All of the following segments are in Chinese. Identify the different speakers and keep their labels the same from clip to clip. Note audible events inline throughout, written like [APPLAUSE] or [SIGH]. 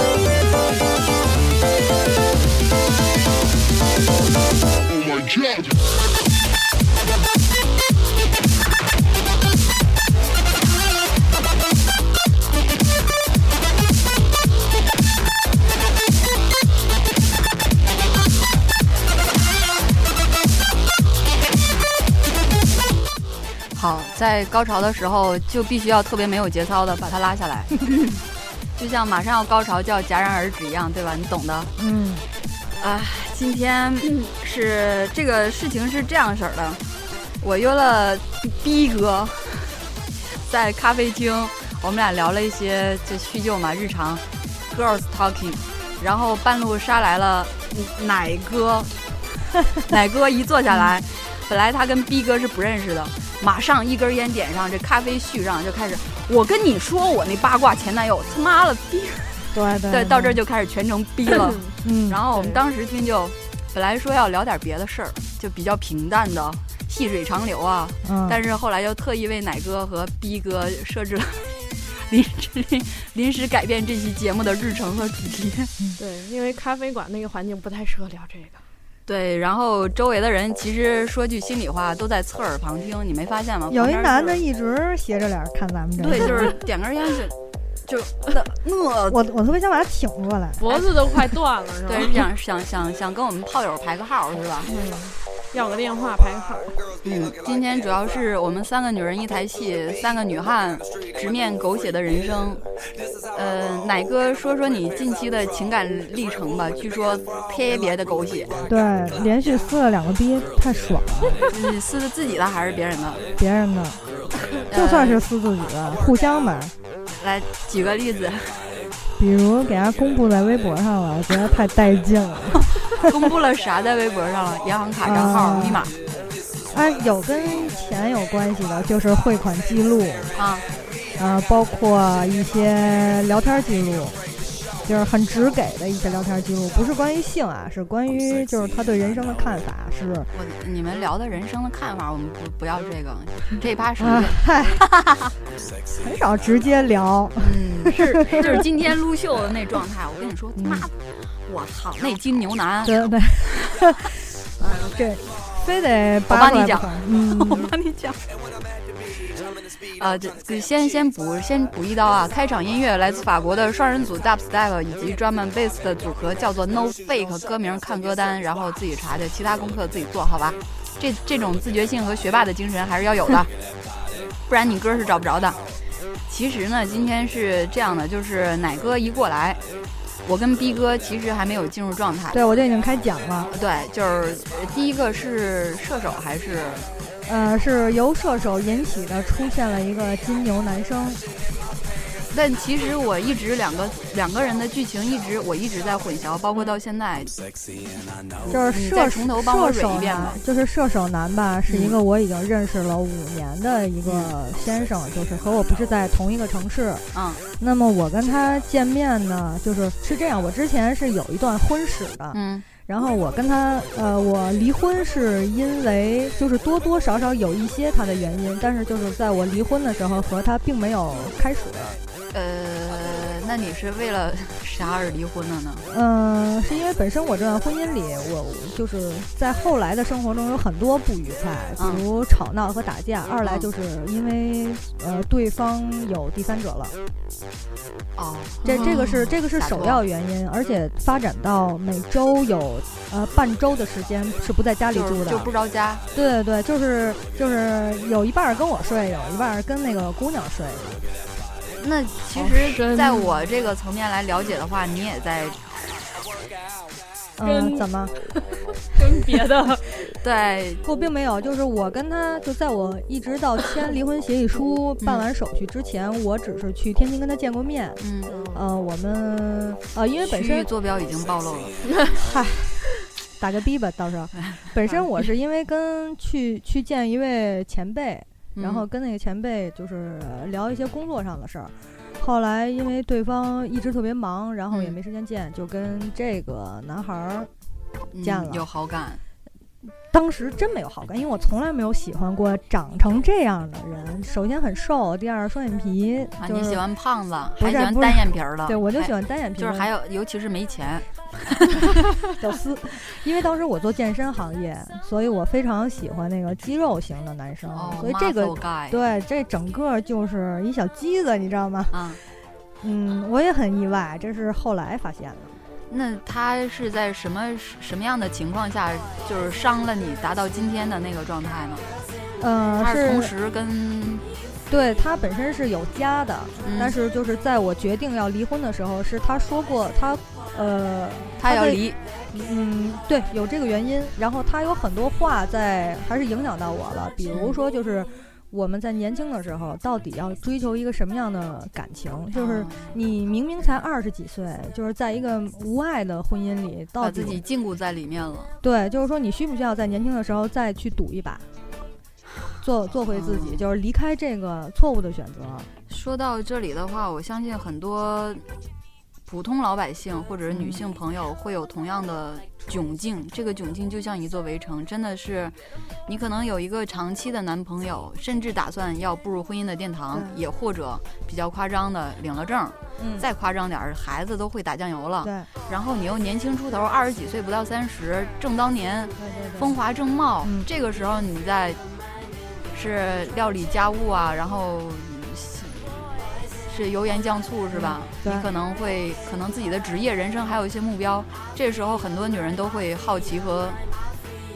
Speaker 1: Oh
Speaker 2: judge. ”
Speaker 3: 好，在高潮的时候就必须要特别没有节操的把它拉下来，就像马上要高潮就要戛然而止一样，对吧？你懂的。
Speaker 4: 嗯，
Speaker 3: 啊，今天嗯是这个事情是这样式儿的，我约了 B 哥 [LAUGHS] 在咖啡厅，我们俩聊了一些就叙旧嘛，日常 girls talking，然后半路杀来了奶哥，奶哥一坐下来，本来他跟 B 哥是不认识的，马上一根烟点上，这咖啡续上就开始，我跟你说我那八卦前男友，他妈了逼，
Speaker 4: 对对
Speaker 3: 对，到这儿，就开始全程逼了。
Speaker 4: 嗯，
Speaker 3: 然后我们当时听就，本来说要聊点别的事儿，就比较平淡的细水长流啊。
Speaker 4: 嗯
Speaker 3: 但是后来又特意为奶哥和逼哥设置了 [LAUGHS] 临时 [LAUGHS] 临时改变这期节目的日程和主题。
Speaker 5: 对，因为咖啡馆那个环境不太适合聊这个。
Speaker 3: 对，然后周围的人其实说句心里话，都在侧耳旁听，你没发现吗？
Speaker 4: 有
Speaker 3: 旁
Speaker 4: 一
Speaker 3: 边
Speaker 4: 男的
Speaker 3: 就是，
Speaker 4: 一直斜着脸看咱们这儿，
Speaker 3: 对，就是点根烟就就那那
Speaker 4: 我我特别想把他挺过来，
Speaker 5: 脖子都快断了，是吧？
Speaker 3: 对，想想想想跟我们炮友排个号是吧？
Speaker 5: 嗯，要个电话排号。 [LAUGHS]
Speaker 3: 嗯，今天主要是我们三个女人一台戏，三个女汉直面狗血的人生。呃，奶哥说说你近期的情感历程吧，据说特别的狗血，
Speaker 4: 对，连续撕了两个逼，太爽了，
Speaker 3: 你撕的自己的还是别人的？
Speaker 4: 别人的
Speaker 3: 呃
Speaker 4: 就算是撕自己的，互相吧。
Speaker 3: 来举个例子，
Speaker 4: 比如给他公布在微博上了，我觉得太带劲了。
Speaker 3: 公布了啥在微博上了？银行卡账号、
Speaker 4: 啊
Speaker 3: 密码
Speaker 4: 哎，有跟钱有关系的，就是汇款记录，
Speaker 3: 啊？
Speaker 4: 啊，包括一些聊天记录，就是很直给的一些聊天记录，不是关于性啊，是关于就是他对人生的看法，是
Speaker 3: 我你们聊的人生的看法，我们不不要这个，这一趴是
Speaker 4: 啊，嗨，很少直接
Speaker 3: [LAUGHS]
Speaker 4: 聊，
Speaker 3: 嗯，是就是今天撸袖的那状态，我跟你说，他妈的，我操，那金牛男，
Speaker 4: 对
Speaker 3: [LAUGHS]
Speaker 4: 对，啊，这非得拔
Speaker 3: 帮
Speaker 4: 出来
Speaker 3: 你讲
Speaker 4: 不可，嗯，
Speaker 3: [LAUGHS] 我帮你讲。啊，这这先先补先补一刀啊！开场音乐来自法国的双人组 Dubstep 以及专门 bass 的组合叫做 No Fake，歌名看歌单，然后自己查去，其他功课自己做好吧。这这种自觉性和学霸的精神还是要有 [LAUGHS] 的，不然你歌是找不着的。其实呢，今天是这样的，就是奶哥一过来，我跟逼哥其实还没有进入状态。
Speaker 4: 对我就已经开讲了，
Speaker 3: 对，就是呃第一个是射手还是
Speaker 4: 呃，是由射手引起的，出现了一个金牛男生，
Speaker 3: 但其实我一直两个两个人的剧情一直我一直在混淆，包括到现在，
Speaker 4: 就是
Speaker 3: 你
Speaker 4: 射
Speaker 3: 再从头帮我
Speaker 4: 射
Speaker 3: 捋一
Speaker 4: 手
Speaker 3: 遍
Speaker 4: 男
Speaker 3: 吧，嗯
Speaker 4: 就是射手男吧，是一个我已经认识了五年的一个先生，就是和我不是在同一个城市。
Speaker 3: 嗯
Speaker 4: 那么我跟他见面呢，就是是这样，我之前是有一段婚史的，
Speaker 3: 嗯
Speaker 4: 然后我跟他，呃，我离婚是因为就是多多少少有一些他的原因，但是就是在我离婚的时候和他并没有开始，
Speaker 3: 呃，那你是为了 [LAUGHS] 啥而离婚了呢？
Speaker 4: 嗯，是因为本身我这段婚姻里，我我就是在后来的生活中有很多不愉快，
Speaker 3: 嗯
Speaker 4: 比如吵闹和打架；二来
Speaker 3: 嗯
Speaker 4: 就是因为呃对方有第三者了，
Speaker 3: 哦，
Speaker 4: 这这个是这个是
Speaker 3: 打
Speaker 4: 首
Speaker 3: 错
Speaker 4: 要原因，而且发展到每周有呃半周的时间是不在家里
Speaker 3: 就
Speaker 4: 住
Speaker 3: 是
Speaker 4: 的
Speaker 3: 就，不着家，
Speaker 4: 对对对，就是就是有一半儿跟我睡，有一半儿跟那个姑娘睡，
Speaker 3: 那其
Speaker 5: 好
Speaker 3: 实
Speaker 4: 啊
Speaker 5: 深
Speaker 3: 在我这个层面来了解的话，你也在
Speaker 4: 嗯，
Speaker 5: 跟
Speaker 4: 怎么？
Speaker 5: 跟别的
Speaker 3: 对
Speaker 4: 不，并没有，就是我跟他，就在我一直到签离婚协议书、办完手续之前，我只是去天津跟他见过面。
Speaker 3: 嗯，
Speaker 4: 呃，我们呃，因为本
Speaker 3: 区域
Speaker 4: 身
Speaker 3: 坐标已经暴露了，
Speaker 4: 打个逼吧，
Speaker 3: [LAUGHS]
Speaker 4: 到时候本身我是因为跟去去见一位前辈，然后
Speaker 3: 嗯
Speaker 4: 跟那个前辈就是呃聊一些工作上的事儿。后来因为对方一直特别忙，然后也
Speaker 3: 嗯
Speaker 4: 没时间见，就跟这个男孩儿见
Speaker 3: 嗯
Speaker 4: 了
Speaker 3: 有好感，
Speaker 4: 当时真没有好感，因为我从来没有喜欢过长成这样的人。首先很瘦，第二双眼皮，
Speaker 3: 啊，
Speaker 4: 就
Speaker 3: 你
Speaker 4: 是
Speaker 3: 喜欢胖子，
Speaker 4: 不
Speaker 3: 还
Speaker 4: 是
Speaker 3: 喜欢
Speaker 4: 不是
Speaker 3: 单眼皮儿的，
Speaker 4: 对我就
Speaker 3: 还
Speaker 4: 喜欢单眼皮
Speaker 3: 就
Speaker 4: 的，
Speaker 3: 是还有，尤其是没钱，
Speaker 4: 屌丝。因为当时我做健身行业，所以我非常喜欢那个肌肉型的男生，
Speaker 3: 哦，
Speaker 4: 所以这个
Speaker 3: muscle guy，
Speaker 4: 对这整个就是一小鸡子，你知道吗？
Speaker 3: 啊，
Speaker 4: 嗯，我也很意外，这是后来发现的。
Speaker 3: 那他是在什么什么样的情况下，就是伤了你，达到今天的那个状态呢？
Speaker 4: 呃，
Speaker 3: 他
Speaker 4: 是
Speaker 3: 同时跟，
Speaker 4: 对他本身是有家的，
Speaker 3: 嗯
Speaker 4: 但是就是在我决定要离婚的时候，是他说过他，呃，
Speaker 3: 他要
Speaker 4: 对
Speaker 3: 离，
Speaker 4: 嗯，对，有这个原因。然后他有很多话在，还是影响到我了。比如说，就是我们在年轻的时候，到底要追求一个什么样的感情？就是
Speaker 3: 啊
Speaker 4: 你明明才二十几岁，就是在一个无爱的婚姻里，到
Speaker 3: 把
Speaker 4: 底
Speaker 3: 啊自己禁锢在里面了。
Speaker 4: 对，就是说你需不需要在年轻的时候再去赌一把，做做回自己，就是离开这个错误的选择。
Speaker 3: 说到这里的话，我相信很多普通老百姓或者是女性朋友会有同样的窘境。这个窘境就像一座围城，真的是你可能有一个长期的男朋友，甚至打算要步入婚姻的殿堂，
Speaker 4: 对
Speaker 3: 也或者比较夸张的领了证，
Speaker 4: 嗯，
Speaker 3: 再夸张点儿，孩子都会打酱油了。
Speaker 4: 对
Speaker 3: 然后你又年轻出头，二十几岁不到三十，正当年，
Speaker 4: 对对对，
Speaker 3: 风华正茂，
Speaker 4: 嗯
Speaker 3: 这个时候你在是料理家务啊，然后是是油盐酱醋是吧？
Speaker 4: 嗯对
Speaker 3: 你可能会可能自己的职业、人生还有一些目标，这时候很多女人都会好奇和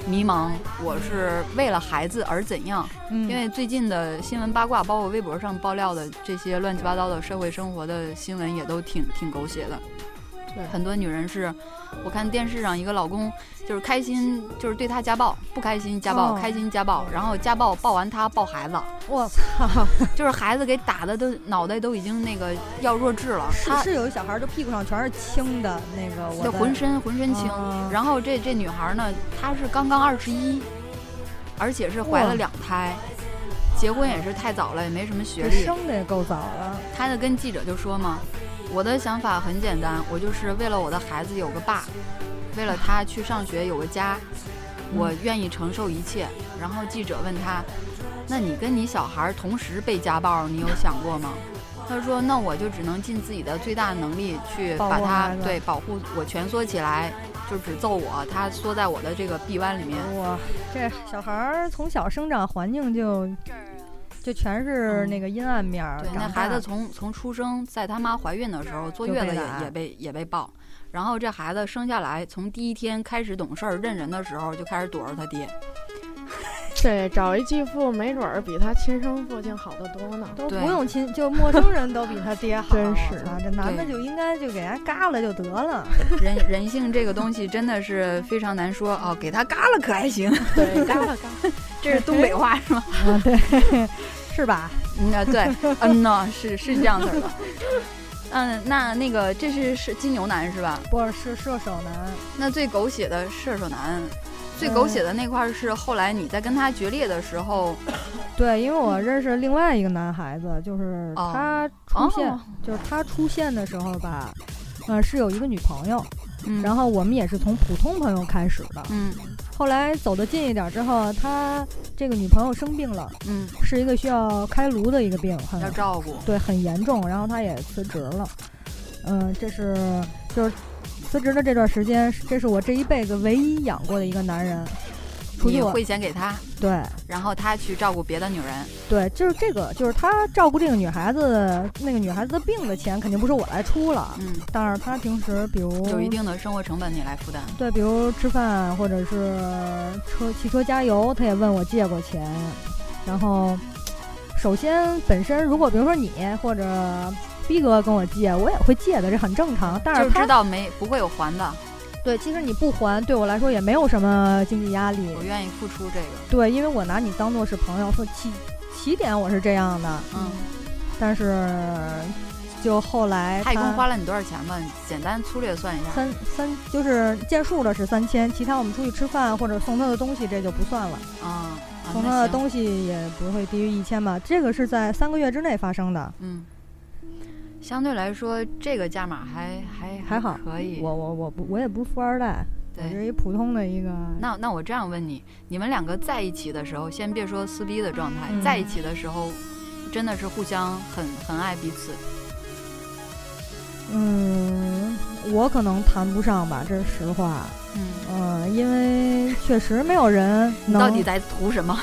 Speaker 3: 迷茫，我是为了孩子而怎样？
Speaker 4: 嗯，
Speaker 3: 因为最近的新闻八卦，包括微博上爆料的这些乱七八糟的社会生活的新闻，也都挺挺狗血的。
Speaker 4: 对
Speaker 3: 很多女人是，我看电视上一个老公就是开心，就是对她家暴；不开心家暴，
Speaker 4: 哦
Speaker 3: 开心家暴，然后家暴暴完她抱孩子，
Speaker 4: 我操，
Speaker 3: 就是孩子给打的都脑袋都已经那个要弱智了，
Speaker 4: 是
Speaker 3: 她
Speaker 4: 是有一小孩儿，就屁股上全是青的那个，我
Speaker 3: 就
Speaker 4: 在
Speaker 3: 浑身浑身青。
Speaker 4: 啊
Speaker 3: 然后这这女孩呢，她是刚刚二十一，而且是怀
Speaker 4: 哇
Speaker 3: 了两胎，结婚也是太早了，也没什么学
Speaker 4: 这
Speaker 3: 历。
Speaker 4: 生的也够早了，
Speaker 3: 他就跟记者就说嘛，我的想法很简单，我就是为了我的孩子有个爸，为了他去上学有个家，
Speaker 4: 嗯
Speaker 3: 我愿意承受一切。然后记者问他，那你跟你小孩同时被家暴，你有想过吗？他说：“那我就只能尽自己的最大能力去
Speaker 4: 保护
Speaker 3: 把他
Speaker 4: 孩子
Speaker 3: 对保护我蜷缩起来，就只揍我，他缩在我的这个臂弯里面。
Speaker 4: 哇，这小孩儿从小生长环境就就全是那个阴暗面儿、
Speaker 3: 啊对，那
Speaker 4: 长
Speaker 3: 孩
Speaker 4: 大
Speaker 3: 子从从出生，在他妈怀孕的时候坐
Speaker 4: 就
Speaker 3: 月
Speaker 4: 被
Speaker 3: 子
Speaker 4: 打
Speaker 3: 也也被也被抱，然后这孩子生下来，从第一天开始懂事儿、认人的时候，就开始躲着他爹。
Speaker 5: 对，找一继父，没准儿比他亲生父亲好得多呢。
Speaker 4: 都
Speaker 3: 对
Speaker 4: 不用亲，就陌生人都比他 [LAUGHS] 爹好。
Speaker 5: 真是
Speaker 4: 啊，这男的
Speaker 3: 对
Speaker 4: 就应该就给人家嘎了就得了。
Speaker 3: 人人性这个东西真的是非常难说哦，给他嘎了可还行，
Speaker 5: [LAUGHS] [LAUGHS] 对，嘎了嘎。
Speaker 3: 这是东北话是吗？
Speaker 4: 啊，对，是吧？
Speaker 3: 嗯，啊对，嗯呐，是是这样子儿的。嗯，那那个这是是金牛男是吧？
Speaker 4: 不是是射手男，
Speaker 3: 那最狗血的射手男，最狗血的那块儿是后来你在跟他决裂的时候，
Speaker 4: 对，因为我认识另外一个男孩子，就是
Speaker 3: 哦
Speaker 4: 他出现，
Speaker 3: 哦
Speaker 4: 就是他出现的时候吧，呃，是有一个女朋友，
Speaker 3: 嗯，
Speaker 4: 然后我们也是从普通朋友开始的，
Speaker 3: 嗯
Speaker 4: 后来走得近一点之后，他这个女朋友生病了，
Speaker 3: 嗯，
Speaker 4: 是一个需要开颅的一个病，很
Speaker 3: 要照顾。
Speaker 4: 对很严重，然后他也辞职了。嗯、这是就是辞职的这段时间，这是我这一辈子唯一养过的一个男人。除
Speaker 3: 你
Speaker 4: 去我，
Speaker 3: 汇钱给他，
Speaker 4: 对
Speaker 3: 然后他去照顾别的女人。
Speaker 4: 对，就是这个，就是他照顾这个女孩子，那个女孩子的病的钱肯定不是我来出了，
Speaker 3: 嗯，
Speaker 4: 但是他平时比如
Speaker 3: 有一定的生活成本你来负担。
Speaker 4: 对，比如吃饭啊或者是车汽车加油，他也问我借过钱。然后，首先本身如果比如说你或者逼哥跟我借，我也会借的，这很正常。但
Speaker 3: 就是知
Speaker 4: 他
Speaker 3: 道没不会有还的，
Speaker 4: 对，其实你不还对我来说也没有什么经济压力
Speaker 3: 我。愿意付出这个。
Speaker 4: 对，因为我拿你当做是朋友，说起起点我是这样的，
Speaker 3: 嗯，
Speaker 4: 但是就后来
Speaker 3: 他一共
Speaker 4: 他
Speaker 3: 花了你多少钱吧？简单粗略算一下。
Speaker 4: 三三就是件数的是三千，其他我们出去吃饭或者送他的东西这就不算了。
Speaker 3: 啊，啊
Speaker 4: 从他
Speaker 3: 那
Speaker 4: 的
Speaker 3: 行
Speaker 4: 东西也不会低于一千吧？这个是在三个月之内发生的。
Speaker 3: 嗯，相对来说这个价码还还
Speaker 4: 还好
Speaker 3: 可以。
Speaker 4: 我我我不我也不是富二代，
Speaker 3: 嗯对
Speaker 4: 我
Speaker 3: 对。
Speaker 4: 是一普通的一个，
Speaker 3: 那那我这样问你，你们两个在一起的时候，先别说撕逼的状态，
Speaker 4: 嗯
Speaker 3: 在一起的时候，真的是互相很很爱彼此。
Speaker 4: 嗯，我可能谈不上吧，这是实话。
Speaker 3: 嗯，
Speaker 4: 嗯、因为确实没有人能。
Speaker 3: 到底在图什么？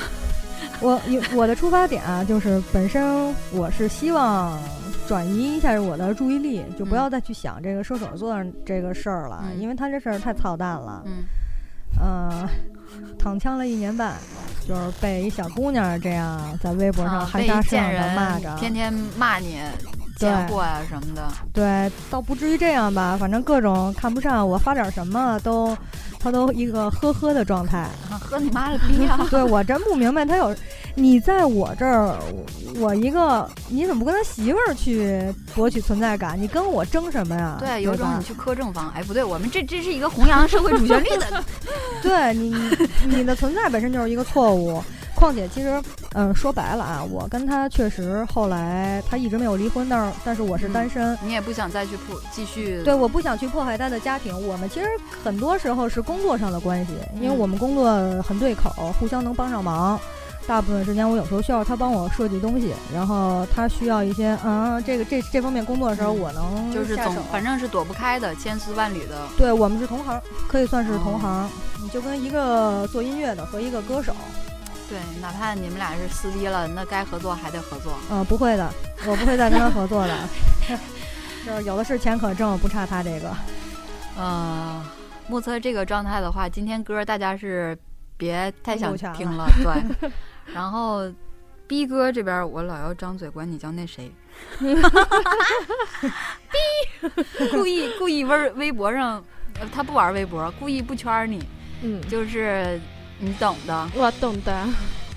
Speaker 4: 我有我的出发点啊，就是本身我是希望转移一下我的注意力，就不要再去想这个射手座这个事儿了，
Speaker 3: 嗯
Speaker 4: 因为他这事儿太操蛋了。
Speaker 3: 嗯
Speaker 4: 呃，躺枪了一年半，就是被一小姑娘这样在微博上
Speaker 3: 啊，
Speaker 4: 含
Speaker 3: 被
Speaker 4: 沙射
Speaker 3: 贱
Speaker 4: 影的
Speaker 3: 人
Speaker 4: 骂着，
Speaker 3: 天天骂你
Speaker 4: 对
Speaker 3: 贱货啊什么的。
Speaker 4: 对，倒不至于这样吧，反正各种看不上我发点什么都，他都一个呵呵的状态。
Speaker 3: 啊喝你妈的逼
Speaker 4: [LAUGHS]
Speaker 3: 啊！
Speaker 4: 对我真不明白他有，你在我这儿，我我一个你怎么不跟他媳妇儿去博取存在感？你跟我争什么呀？
Speaker 3: 对，
Speaker 4: 对，
Speaker 3: 有种
Speaker 4: 吧
Speaker 3: 你去磕正方。哎，不对，我们这这是一个弘扬社会主旋律
Speaker 4: [LAUGHS]
Speaker 3: 的。
Speaker 4: 对你你你的存在本身就是一个错误。况且其实，嗯、说白了啊，我跟他确实后来他一直没有离婚，但是但是我是
Speaker 3: 嗯
Speaker 4: 单身。
Speaker 3: 你也不想再去破继续
Speaker 4: 对，我不想去破坏他的家庭。我们其实很多时候是工作上的关系，因为
Speaker 3: 嗯
Speaker 4: 我们工作很对口，互相能帮上忙。大部分时间我有时候需要他帮我设计东西，然后他需要一些啊这个这这方面工作的时候，
Speaker 3: 嗯
Speaker 4: 我能
Speaker 3: 就是
Speaker 4: 下
Speaker 3: 总
Speaker 4: 手。
Speaker 3: 反正是躲不开的，千丝万缕的。
Speaker 4: 对我们是同行，可以算是
Speaker 3: 哦
Speaker 4: 同行。你就跟一个做音乐的和一个歌手，
Speaker 3: 对，哪怕你们俩是撕逼了，那该合作还得合作。
Speaker 4: 呃，不会的，我不会再跟他合作的。 [LAUGHS] 就是有的是钱可挣，不差他这个。
Speaker 3: 呃，目测这个状态的话，今天歌大家是别太想听了，对。然后逼哥这边，我老要张嘴管你叫那谁，逼，故意故意微微博上，呃他不玩微博，故意不圈你，
Speaker 5: 嗯，
Speaker 3: 就是你懂的，
Speaker 5: 我懂的。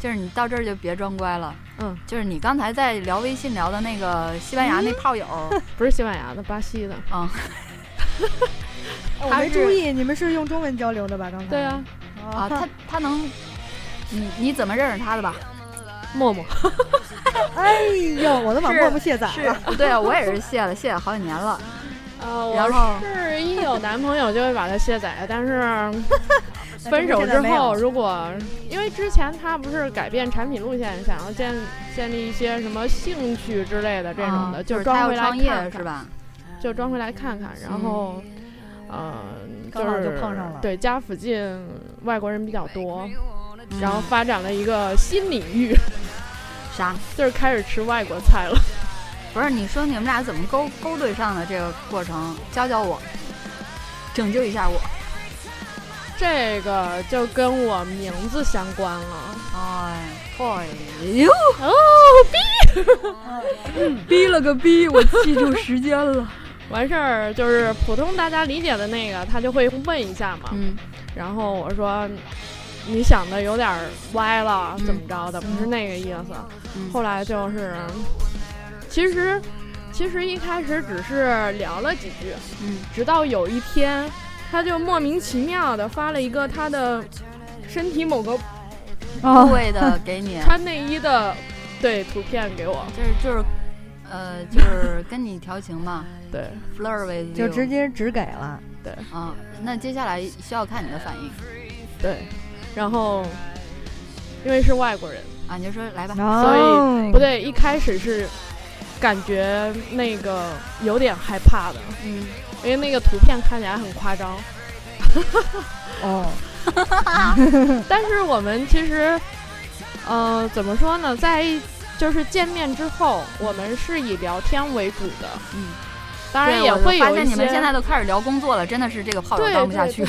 Speaker 3: 就是你到这儿就别装乖了。
Speaker 5: 嗯，
Speaker 3: 就是你刚才在聊微信聊的那个西班牙那炮友，
Speaker 5: 不是西班牙的，巴西的。 [LAUGHS]
Speaker 4: 哎我
Speaker 3: 他
Speaker 4: 没
Speaker 3: 是
Speaker 4: 注意，你们是用中文交流的吧？刚才哦
Speaker 5: 对啊，
Speaker 3: 啊，他他能，你你怎么认识他的吧？
Speaker 5: 默默。
Speaker 4: 哎呦，我都把
Speaker 3: 是
Speaker 4: 陌陌卸 [LAUGHS] 载
Speaker 3: 是
Speaker 4: 了。，
Speaker 3: [LAUGHS] 对啊，我也是卸了，卸了好几年了。
Speaker 5: 呃，
Speaker 3: 然后
Speaker 5: [LAUGHS] 我是一有男朋友就会把他卸载，但是分手之
Speaker 4: 现在没有
Speaker 5: 后，如果因为之前他不是改变产品路线，想要建建立一些什么兴趣之类的这种的，
Speaker 4: 嗯
Speaker 3: 啊
Speaker 5: 就
Speaker 3: 他
Speaker 5: 是装
Speaker 3: 要
Speaker 5: 回来
Speaker 3: 创
Speaker 5: 看
Speaker 3: 业
Speaker 5: 看
Speaker 3: 是？吧？
Speaker 5: 就装回来看看，然后，嗯，
Speaker 4: 刚好就碰上了
Speaker 5: 对，家附近外国人比较多，
Speaker 3: 嗯
Speaker 5: 然后发展了一个新领域， [LAUGHS]
Speaker 3: 啥？
Speaker 5: 就是开始吃外国菜了。 [LAUGHS]
Speaker 3: 不是，你说你们俩怎么勾勾兑上的这个过程？教教我，拯救一下我。
Speaker 5: 这个就跟我名字相关了。
Speaker 3: 哎，哎呦，
Speaker 5: 哦，
Speaker 3: 逼了个逼，我记住时间了。
Speaker 5: [LAUGHS] 完事儿就是普通大家理解的那个，他就会问一下嘛。
Speaker 3: 嗯，
Speaker 5: 然后我说，你想的有点儿歪了，
Speaker 3: 嗯
Speaker 5: 怎么着的？不是那个意思。
Speaker 3: 嗯
Speaker 5: 后来就是，其实其实一开始只是聊了几句，
Speaker 3: 嗯
Speaker 5: 直到有一天，他就莫名其妙的发了一个他的身体某个
Speaker 3: 部
Speaker 4: 哦，
Speaker 3: 位的给你，
Speaker 5: 穿内衣的对图片给我，
Speaker 3: 就是就是，呃，就是跟你调情嘛
Speaker 5: 对。
Speaker 3: ，flirt with you，
Speaker 4: 就直接只给了。
Speaker 3: 啊。那接下来需要看你的反应
Speaker 5: 对，然后因为是外国人，
Speaker 3: 啊，你就说来吧。
Speaker 5: 所
Speaker 4: 以
Speaker 5: 不，对，一开始是感觉那个有点害怕的，
Speaker 3: 嗯，
Speaker 5: 因为那个图片看起来很夸张。
Speaker 4: 哦，
Speaker 3: 嗯
Speaker 5: 但是我们其实，呃，怎么说呢，在一就是见面之后，我们是以聊天为主的，
Speaker 3: 嗯，
Speaker 5: 当然
Speaker 3: 对
Speaker 5: 也
Speaker 3: 我
Speaker 5: 哎会
Speaker 3: 发
Speaker 5: 有一
Speaker 3: 现
Speaker 5: 些
Speaker 3: 你们现在都开始聊工作了，真的是这个炮友
Speaker 5: 对
Speaker 3: 当不下
Speaker 5: 对
Speaker 3: 去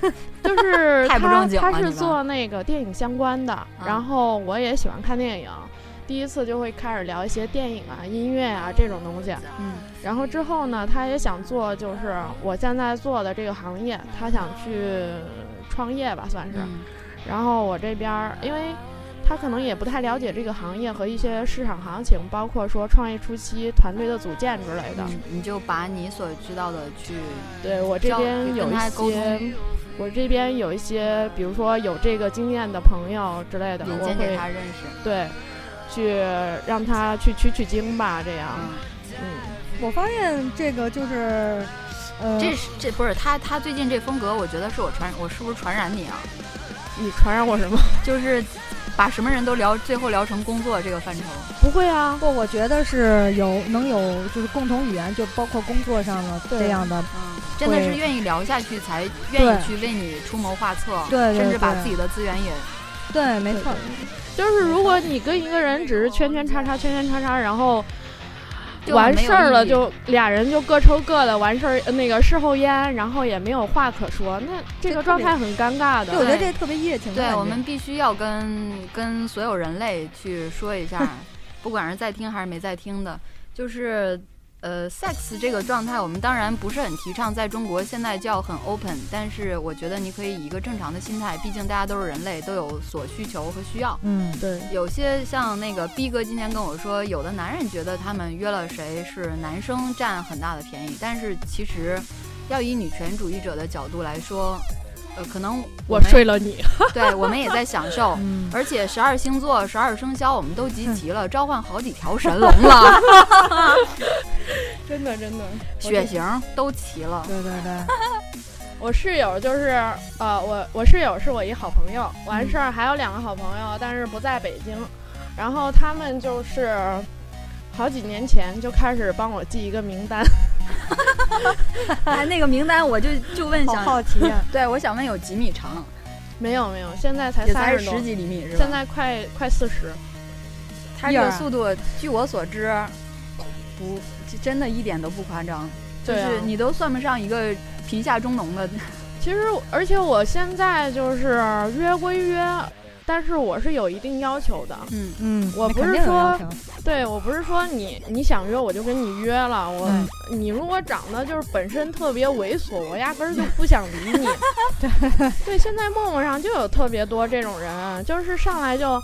Speaker 5: 对。就是
Speaker 3: [LAUGHS] 太不正经
Speaker 5: 他
Speaker 3: 了
Speaker 5: 他是
Speaker 3: 你们啊
Speaker 5: 做那个电影相关的，然后我也喜欢看电影，第一次就会开始聊一些电影啊、音乐啊这种东西。
Speaker 3: 嗯
Speaker 5: 然后之后呢，他也想做，就是我现在做的这个行业，他想去创业吧，算是。
Speaker 3: 嗯
Speaker 5: 然后我这边儿，因为他可能也不太了解这个行业和一些市场行情，包括说创业初期团队的组建之类的。
Speaker 3: 嗯，你就把你所知道的去，
Speaker 5: 对我这
Speaker 3: 交
Speaker 5: 边
Speaker 3: 跟
Speaker 5: 有一
Speaker 3: 他沟
Speaker 5: 些
Speaker 3: 通，
Speaker 5: 我这边有一些，比如说有这个经验的朋友之类的，
Speaker 3: 引
Speaker 5: 我
Speaker 3: 荐给
Speaker 5: 会
Speaker 3: 他认识。
Speaker 5: 对，去让
Speaker 3: 啊
Speaker 5: 他去取取经吧，这样，
Speaker 3: 嗯，
Speaker 5: 嗯，
Speaker 4: 我发现这个就是呃，
Speaker 3: 这是这不是他他最近这风格，我觉得是我传我是不是传染你啊？
Speaker 5: 你传染我什么？ [LAUGHS]
Speaker 3: 就是把什么人都聊，最后聊成工作这个范畴。
Speaker 5: 不会啊，
Speaker 4: 不，我觉得是有能有就是共同语言，就包括工作上的
Speaker 5: 对
Speaker 4: 这样的，
Speaker 3: 嗯，真的是
Speaker 4: 会
Speaker 3: 愿意聊下去，才
Speaker 4: 对
Speaker 3: 愿意去为你出谋划策，
Speaker 4: 对对
Speaker 3: 甚至把
Speaker 4: 对
Speaker 3: 自己的资源也
Speaker 4: 对，没
Speaker 5: 对
Speaker 4: 错，
Speaker 5: 就是如果你跟一个人只是圈圈叉叉圈圈叉叉，然后
Speaker 3: 就很
Speaker 5: 完
Speaker 3: 没有
Speaker 5: 事儿了
Speaker 3: 意义
Speaker 5: 就俩人就各抽各的，完事儿呃那个事后烟，然后也没有话可说，那这个
Speaker 4: 就特
Speaker 5: 状
Speaker 4: 别
Speaker 5: 态很尴尬
Speaker 4: 对，我觉
Speaker 5: 的。
Speaker 4: 得这特别热情。
Speaker 3: 对，我们必须要跟跟所有人类去说一 [LAUGHS] 下，不管是在听还是没在听的，就是呃，sex 这个状态，我们当然不是很提倡，在中国现在叫很 open，但是我觉得你可以以一个正常的心态，毕竟大家都是人类，都有所需求和需要。
Speaker 4: 嗯，
Speaker 5: 对，
Speaker 3: 有些像那个逼哥今天跟我说，有的男人觉得他们约了谁是男生占很大的便宜，但是其实要以女权主义者的角度来说，呃，可能我
Speaker 5: 我
Speaker 3: 们
Speaker 5: 睡了你， [LAUGHS]
Speaker 3: 对我们也在享受，
Speaker 4: 嗯，
Speaker 3: 而且十二星座、十二生肖我们都
Speaker 5: 嗯
Speaker 3: 集齐了，召唤好几条神龙
Speaker 5: [LAUGHS]
Speaker 3: 了，
Speaker 5: 真的真的。
Speaker 3: 血型都齐了。
Speaker 4: 对对对，
Speaker 5: 我室友就是呃，我我室友是我一好朋友，完事儿还有两个好朋友，但是不在北京，然后他们就是好几年前就开始帮我记一个名单， [LAUGHS]
Speaker 3: 哎，那个名单我就就问
Speaker 4: 好好奇啊呀，
Speaker 3: 对我想问有几米长？
Speaker 5: 没有没有，现在才
Speaker 3: 也
Speaker 5: 三
Speaker 3: 才
Speaker 5: 十多
Speaker 3: 十，几厘米是吧？
Speaker 5: 现在快快四十，
Speaker 3: [LAUGHS] 他这个速度，据我所知，不真的一点都不夸张，就
Speaker 5: 对啊
Speaker 3: 是
Speaker 5: 嗯
Speaker 3: 你都算不上一个贫下中农的。
Speaker 5: 其实，而且我现在就是约归约，但是我是有一定要求的。
Speaker 3: [LAUGHS] 嗯，
Speaker 4: 嗯，
Speaker 5: 我
Speaker 4: 那
Speaker 5: 不
Speaker 4: 肯
Speaker 5: 是
Speaker 4: 定有要
Speaker 5: 说
Speaker 4: 求
Speaker 5: 对我不是说你你想约我就跟你约了，我、
Speaker 3: 嗯
Speaker 5: 你如果长得就是本身特别猥琐，我压根儿就不想理
Speaker 3: [LAUGHS]
Speaker 5: 你。对，现在陌陌上就有特别多这种人，啊就是上来就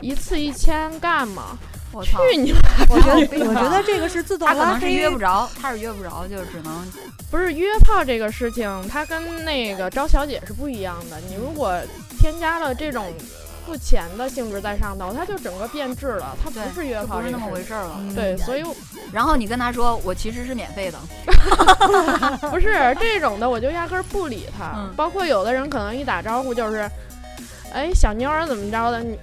Speaker 5: 一次一千干嘛，
Speaker 3: 我操，
Speaker 5: 去你啊
Speaker 4: 我觉
Speaker 3: 有
Speaker 4: 得
Speaker 3: 病
Speaker 4: 我
Speaker 3: 吧
Speaker 4: 觉得这个是自动
Speaker 3: 他可
Speaker 4: 拉
Speaker 3: 能是
Speaker 4: 黑，
Speaker 3: 约不着，他是约不着，就只能
Speaker 5: 不是约炮这个事情，它跟那个招小姐是不一样的。你如果添加了这种付钱的性质在上头，它就整个变质了，它
Speaker 3: 对
Speaker 5: 不是约
Speaker 3: 就
Speaker 5: 炮
Speaker 3: 不
Speaker 5: 这
Speaker 3: 是
Speaker 5: 个
Speaker 3: 那么
Speaker 5: 事
Speaker 3: 回
Speaker 5: 情
Speaker 3: 事儿了。
Speaker 4: 嗯
Speaker 5: 对，所以
Speaker 3: 然后你跟他说，我其实是免费的，
Speaker 5: 不是这种的，我就压根儿不理他。
Speaker 3: 嗯
Speaker 5: 包括有的人可能一打招呼就是，哎，小妞儿怎么着的，你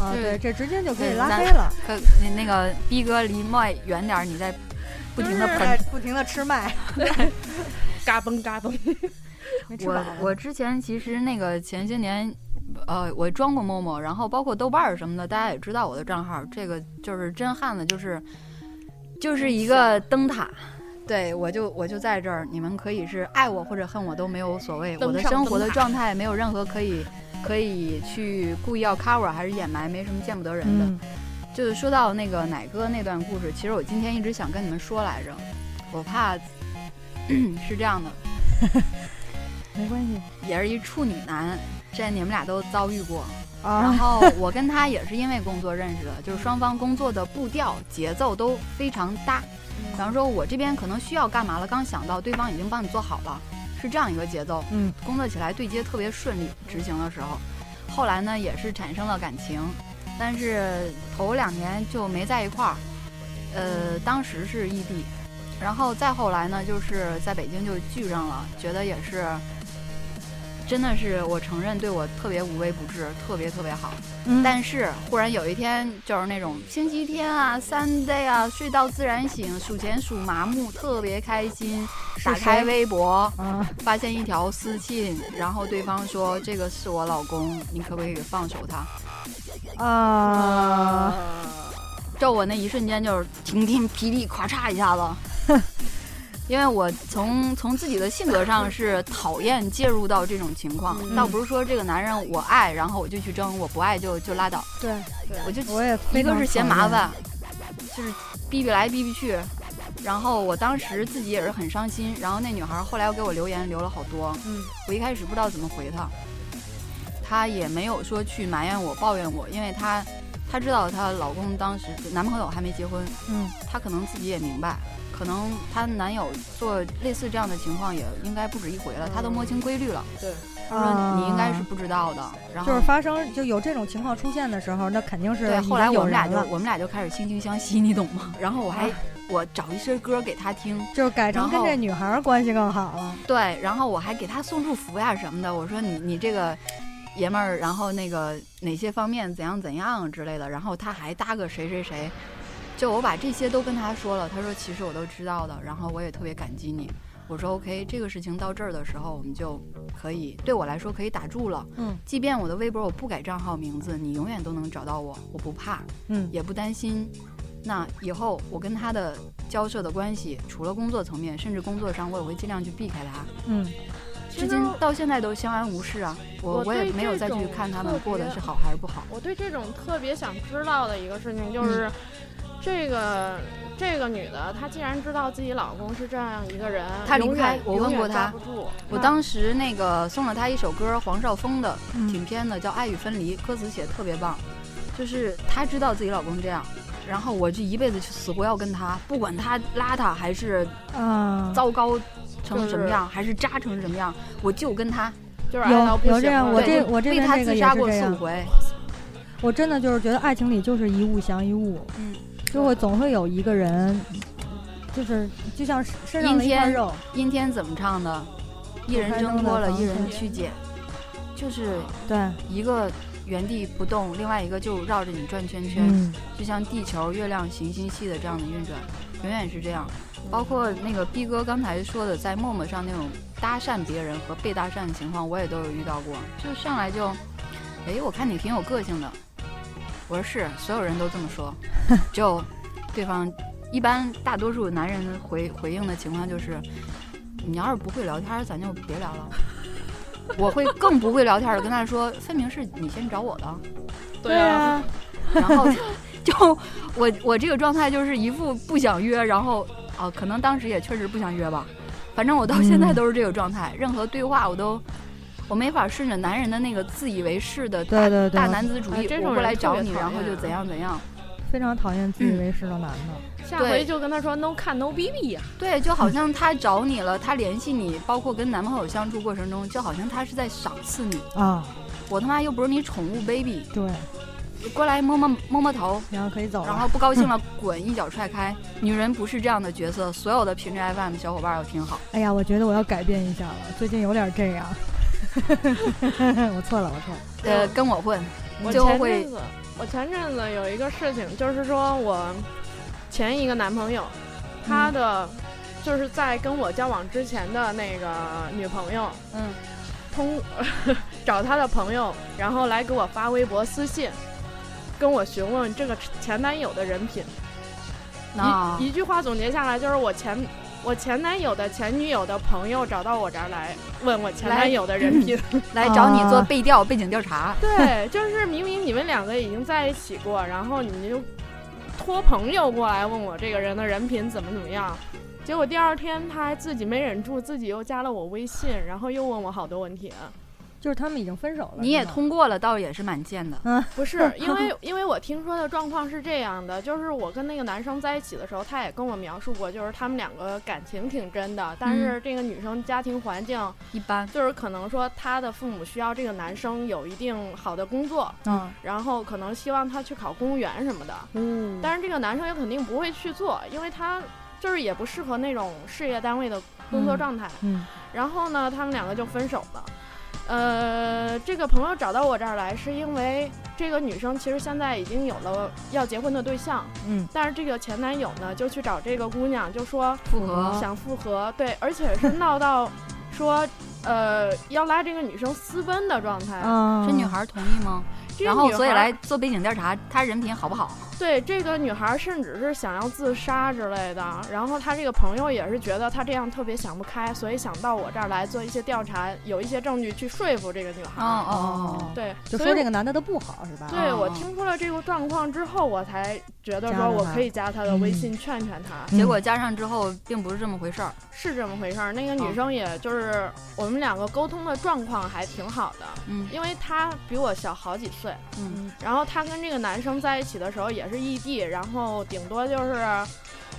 Speaker 4: 啊，对，
Speaker 3: 对
Speaker 4: 这直接就可以
Speaker 3: 对
Speaker 4: 拉
Speaker 3: 嗯咱
Speaker 4: 黑了，
Speaker 3: 可你那个逼哥离麦远点儿，你再 [LAUGHS] 不停的
Speaker 5: 就是
Speaker 3: 喷。
Speaker 4: 不停的吃麦，
Speaker 5: 嘎嘣嘎嘣。
Speaker 4: 没吃饱
Speaker 3: 我
Speaker 4: 了
Speaker 3: 我之前其实那个前些年，呃，我装过陌陌，然后包括豆瓣儿什么的，大家也知道我的账号。这个就是真汉子，就是就是一个灯塔。对，我就我就在这儿，你们可以是爱我或者恨我都没有所谓，
Speaker 5: 登
Speaker 3: 我的
Speaker 5: 上
Speaker 3: 生活的
Speaker 5: 灯塔
Speaker 3: 状态没有任何可以可以去故意要 cover 还是掩埋，没什么见不得人的。
Speaker 4: 嗯，
Speaker 3: 就是说到那个奶哥那段故事，其实我今天一直想跟你们说来着，我怕 [CLEARS THROAT] 是这样的，
Speaker 4: 没关系
Speaker 3: 也是一处女男，这你们俩都遭遇过。然
Speaker 4: 啊，
Speaker 3: 后我跟他也是因为工作认识的，就是双方工作的步调、节奏都非常搭。
Speaker 4: 嗯
Speaker 3: 比方说，我这边可能需要干嘛了，刚想到，对方已经帮你做好了，是这样一个节奏。
Speaker 4: 嗯，
Speaker 3: 工作起来对接特别顺利，执行的时候，后来呢也是产生了感情，但是头两年就没在一块儿。呃，当时是异地，然后再后来呢，就是在北京就聚上了，觉得也是。真的是，我承认对我特别无微不至，特别特别好。
Speaker 4: 嗯
Speaker 3: 但是忽然有一天，就是那种星期天啊、Sunday 啊，睡到自然醒，数钱数麻木，特别开心。
Speaker 4: 是
Speaker 3: 打开
Speaker 4: 谁
Speaker 3: 微博，
Speaker 4: 啊，
Speaker 3: 发现一条私信，然后对方说：“这个是我老公，你可不可以放手他
Speaker 4: 啊，
Speaker 5: 啊，？”
Speaker 3: 就我那一瞬间就是晴天霹雳，咔嚓一下子。因为我从从自己的性格上是讨厌介入到这种情况，
Speaker 5: 嗯
Speaker 3: 倒不是说这个男人我爱，然后我就去争，我不爱就就拉倒，
Speaker 4: 对，
Speaker 3: 我就
Speaker 4: 我也
Speaker 3: 一
Speaker 4: 非
Speaker 3: 个
Speaker 4: 常
Speaker 3: 是嫌
Speaker 4: 讨
Speaker 3: 麻
Speaker 4: 厌，
Speaker 3: 烦，就是逼逼来逼逼去。然后我当时自己也是很伤心，然后那女孩后来又给我留言留了好多，
Speaker 4: 嗯，
Speaker 3: 我一开始不知道怎么回她，她也没有说去埋怨我抱怨我，因为她她知道她老公当时男朋友还没结婚，
Speaker 4: 嗯，
Speaker 3: 她可能自己也明白，可能她男友做类似这样的情况也应该不止一回了，她都摸清规律了，她说你应该是不知道的，然后
Speaker 4: 啊就是发生就有这种情况出现的时候，那肯定是
Speaker 3: 对，
Speaker 4: 已
Speaker 3: 后来
Speaker 4: 经有
Speaker 3: 我们俩
Speaker 4: 人
Speaker 3: 就
Speaker 4: 了
Speaker 3: 我们俩就开始惺惺相惜，你懂吗？然后我还 [LAUGHS]
Speaker 4: 啊
Speaker 3: 我找一身歌给他听，
Speaker 4: 就是改成跟这女孩儿关系更好了。
Speaker 3: 对，然后我还给他送祝福呀啊什么的。我说你你这个爷们儿，然后那个哪些方面怎样怎样之类的，然后他还搭个谁谁谁，就我把这些都跟他说了。他说其实我都知道的，然后我也特别感激你。我说 OK，这个事情到这儿的时候，我们就可以对我来说可以打住了。
Speaker 4: 嗯
Speaker 3: 即便我的微博我不改账号名字，你永远都能找到我，我不怕。
Speaker 4: 嗯
Speaker 3: 也不担心。那以后我跟他的交涉的关系，除了工作层面，甚至工作上，我也会尽量去避开他。
Speaker 4: 嗯，
Speaker 3: 至
Speaker 5: 其实
Speaker 3: 今到现在都相安无事啊，我
Speaker 5: 我
Speaker 3: 我也
Speaker 5: 对
Speaker 3: 没有
Speaker 5: 这
Speaker 3: 再去
Speaker 5: 种
Speaker 3: 看他们
Speaker 5: 特
Speaker 3: 过得
Speaker 5: 别
Speaker 3: 是好还是不好。
Speaker 5: 我对这种特别想知道的一个事情就是，这个这个女的，她既然知道自己老公是这样一个人，
Speaker 3: 她离
Speaker 5: 永
Speaker 3: 不开
Speaker 5: 远
Speaker 3: 我问过她，
Speaker 5: 永远抓不住
Speaker 3: 我
Speaker 5: 那
Speaker 3: 当时那个送了他一首歌，黄少峰的
Speaker 4: 嗯
Speaker 3: 挺偏的，叫《爱与分离》，歌词写的特别棒。就是她知道自己老公这样，然后我就一辈子去死活要跟他，不管他邋遢还是
Speaker 4: 啊，
Speaker 3: 糟糕成什
Speaker 5: 就
Speaker 3: 么
Speaker 5: 是
Speaker 3: 样，还是渣成什么样，我就跟他。
Speaker 5: 就是
Speaker 4: 有
Speaker 5: 爱到不
Speaker 4: 有
Speaker 5: 行
Speaker 4: 这样
Speaker 5: 了
Speaker 4: 我
Speaker 3: 对
Speaker 4: 这
Speaker 3: 就
Speaker 4: 我这
Speaker 3: 为
Speaker 4: 边
Speaker 3: 他
Speaker 4: 这个
Speaker 3: 自
Speaker 4: 也
Speaker 3: 杀
Speaker 4: 是
Speaker 3: 过
Speaker 4: 这
Speaker 3: 四五
Speaker 4: 样
Speaker 3: 回，
Speaker 4: 我真的就是觉得爱情里就是一物降一物，
Speaker 3: 嗯，
Speaker 4: 就会总会有一个人，就是就像身身上的一块肉，
Speaker 3: 阴天怎么唱的？一人挣脱嗯了，一人曲解，就是
Speaker 4: 对，
Speaker 3: 一个原地不动，另外一个就绕着你转圈圈，
Speaker 4: 嗯，
Speaker 3: 就像地球、月亮、行星系的这样的运转，永远是这样。包括那个逼哥刚才说的，在陌陌上那种搭讪别人和被搭讪的情况，我也都有遇到过。就上来就，哎，我看你挺有个性的。我说是，所有人都这么说。就对方一般大多数男人回回应的情况就是，你要是不会聊天儿，咱就别聊了。 [LAUGHS] 我会更不会聊天儿的跟他说，分明是你先找我的。
Speaker 5: 对啊，，
Speaker 3: 然后 [LAUGHS] 就我我这个状态就是一副不想约，然后啊，可能当时也确实不想约吧，反正我到现在
Speaker 4: 嗯
Speaker 3: 都是这个状态，任何对话我都我没法顺着男人的那个自以为是的大
Speaker 4: 对对对
Speaker 3: 大，男子主义
Speaker 5: 哎，这
Speaker 3: 我
Speaker 5: 种
Speaker 3: 过来
Speaker 5: 人特
Speaker 3: 找
Speaker 5: 别
Speaker 3: 你，
Speaker 5: 讨
Speaker 3: 然后
Speaker 5: 厌
Speaker 3: 就
Speaker 5: 啊
Speaker 3: 怎样怎样，
Speaker 4: 非常讨厌自以为是的男的，
Speaker 5: 下
Speaker 3: 对
Speaker 5: 回就跟她说 no cut no bb
Speaker 3: 对，就好像他找你了，他联系你，包括跟男朋友相处过程中，就好像他是在赏赐你，
Speaker 4: 啊，
Speaker 3: 我他妈又不是你宠物 baby，
Speaker 4: 对，
Speaker 3: 过来摸摸摸摸头，
Speaker 4: 然后可以走
Speaker 3: 然
Speaker 4: 了，
Speaker 3: 后不高兴了，滚，一脚踹开。女人不是这样的角色，所有的品质 FM 小伙伴要听好。
Speaker 4: 哎呀，我觉得我要改变一下了，最近有点这样， [LAUGHS] 我错了，我错了，
Speaker 3: 呃，跟我混，
Speaker 5: 我
Speaker 3: 就
Speaker 5: 前
Speaker 3: 会
Speaker 5: 阵子，我前阵子有一个事情，就是说我前一个男朋友，他
Speaker 3: 嗯
Speaker 5: 的、就是在跟我交往之前的那个女朋友，
Speaker 3: 嗯，
Speaker 5: 通 [LAUGHS] 找他的朋友，然后来给我发微博私信，跟我询问这个前男友的人品。
Speaker 3: 那
Speaker 5: 一一句啊话总结下来，就是我前我前男友的前女友的朋友找到我这儿来问我前
Speaker 3: 来
Speaker 5: 男友的人品。
Speaker 3: 来找你做
Speaker 4: 啊
Speaker 3: 背调、背景调查。
Speaker 5: [LAUGHS] 对，就是明明你们两个已经在一起过，然后你们就托朋友过来问我这个人的人品怎么怎么样，结果第二天他还自己没忍住，自己又加了我微信，然后又问我好多问题。
Speaker 4: 就是他们已经分手了，
Speaker 3: 你也
Speaker 4: 是吗，
Speaker 3: 通过了，倒也是蛮贱的。
Speaker 5: 不是，因为因为我听说的状况是这样的，就是我跟那个男生在一起的时候，他也跟我描述过，就是他们两个感情挺真的，但是这个女生家庭环境
Speaker 3: 一般，
Speaker 5: 就是可能说她的父母需要这个男生有一定好的工作，
Speaker 4: 嗯，
Speaker 5: 然后可能希望他去考公务员什么的。
Speaker 4: 嗯
Speaker 5: 但是这个男生也肯定不会去做，因为他就是也不适合那种事业单位的工作状态。
Speaker 4: 嗯
Speaker 5: 然后呢，他们两个就分手了。呃，这个朋友找到我这儿来，是因为这个女生其实现在已经有了要结婚的对象，
Speaker 4: 嗯，
Speaker 5: 但是这个前男友呢，就去找这个姑娘，就说
Speaker 3: 复合
Speaker 5: 想复合，对，而且是闹到说，呃，要拉这个女生私奔的状态。
Speaker 4: 啊，
Speaker 3: 这女孩同意吗？
Speaker 5: 这
Speaker 3: 嗯
Speaker 5: 个
Speaker 3: 然后
Speaker 5: 女
Speaker 3: 所以
Speaker 5: 孩
Speaker 3: 来做背景调查，她人品好不好？
Speaker 5: 对，这个女孩甚至是想要自杀之类的。然后她这个朋友也是觉得她这样特别想不开，所以想到我这儿来做一些调查，有一些证据去说服这个女孩。
Speaker 3: 哦哦哦
Speaker 4: 哦
Speaker 3: 哦，，
Speaker 5: 对，
Speaker 4: 就
Speaker 5: 所
Speaker 4: 说
Speaker 5: 以
Speaker 4: 这个男的的不好是吧？
Speaker 5: 对
Speaker 3: 哦
Speaker 5: 我听出了这个状况之后，我才觉得
Speaker 4: 加
Speaker 5: 说
Speaker 4: 了
Speaker 5: 我
Speaker 4: 她
Speaker 5: 可以加她的微信劝劝她，
Speaker 4: 嗯
Speaker 3: 结果加上之后并不是这么回事儿。
Speaker 5: 是这么回事儿。那个
Speaker 3: 哦
Speaker 4: 嗯
Speaker 5: 女生也就是我们两个沟通的状况还挺好的，
Speaker 3: 嗯
Speaker 5: 因为她比我小好几岁，
Speaker 3: 嗯，
Speaker 5: 然后她跟这个男生在一起的时候也是异地，然后顶多就是，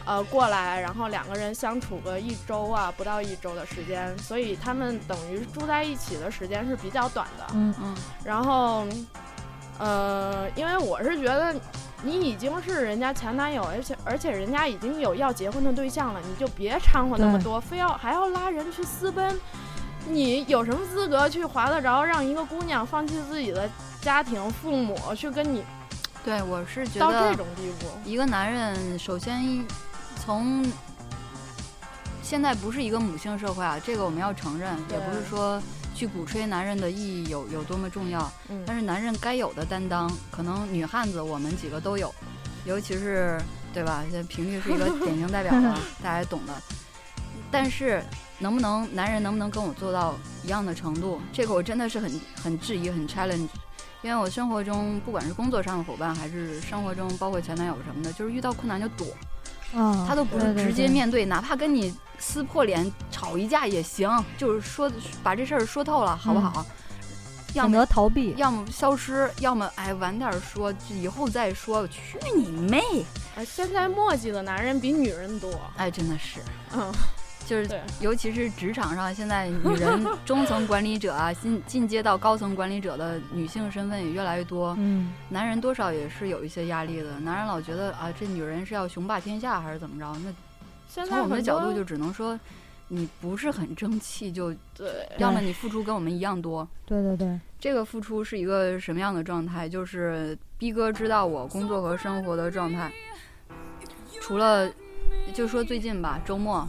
Speaker 5: 呃，过来，然后两个人相处个一周啊，不到一周的时间，所以他们等于住在一起的时间是比较短的。
Speaker 4: 嗯
Speaker 3: 嗯
Speaker 5: 然后，呃，因为我是觉得你已经是人家前男友，而且而且人家已经有要结婚的对象了，你就别掺和那么
Speaker 4: 对
Speaker 5: 多，非要还要拉人去私奔，你有什么资格去划得着让一个姑娘放弃自己的家庭、父母去跟你
Speaker 3: 对，我是觉
Speaker 5: 到这
Speaker 3: 得
Speaker 5: 种地步？
Speaker 3: 一个男人首先从现在不是一个母性社会啊，这个我们要承认，也不是
Speaker 5: 对
Speaker 3: 说去鼓吹男人的意义有有多么重要，
Speaker 5: 嗯
Speaker 3: 但是男人该有的担当，可能女汉子我们几个都有，尤其是对吧？这频率是一个典型代表
Speaker 4: [LAUGHS]
Speaker 3: 了，大家也懂的。但是能不能男人能不能跟我做到一样的程度，这个我真的是很很质疑，很 challenge。因为我生活中，不管是工作上的伙伴，还是生活中，包括前男友什么的，就是遇到困难就躲，
Speaker 4: 啊，
Speaker 3: 他都不
Speaker 4: 对
Speaker 3: 是
Speaker 4: 对
Speaker 3: 直接
Speaker 4: 对
Speaker 3: 面对，哪怕跟你撕破脸吵一架也行，就是说把这事儿说透了，好不
Speaker 4: 嗯
Speaker 3: 好？要
Speaker 4: 选
Speaker 3: 么
Speaker 4: 择逃避，
Speaker 3: 要么消失，要么哎晚点说，以后再说。去你妹！
Speaker 5: 哎现在墨迹的男人比女人多，
Speaker 3: 哎，真的是，
Speaker 5: 嗯，
Speaker 3: 就是
Speaker 5: 对
Speaker 3: 尤其是职场上，现在女人中层管理者啊，进进阶到高层管理者的女性身份也越来越多，
Speaker 4: 嗯，
Speaker 3: 男人多少也是有一些压力的。男人老觉得啊，这女人是要雄霸天下还是怎么着？那
Speaker 5: 现
Speaker 3: 从
Speaker 5: 在
Speaker 3: 我们的
Speaker 5: 很
Speaker 3: 角
Speaker 5: 多
Speaker 3: 度就只能说。你不是很争气，就
Speaker 5: 对，
Speaker 3: 要么你付出跟我们一样多，
Speaker 4: 对对对，
Speaker 3: 这个付出是一个什么样的状态？就是逼哥知道我工作和生活的状态，除了就说最近吧，周末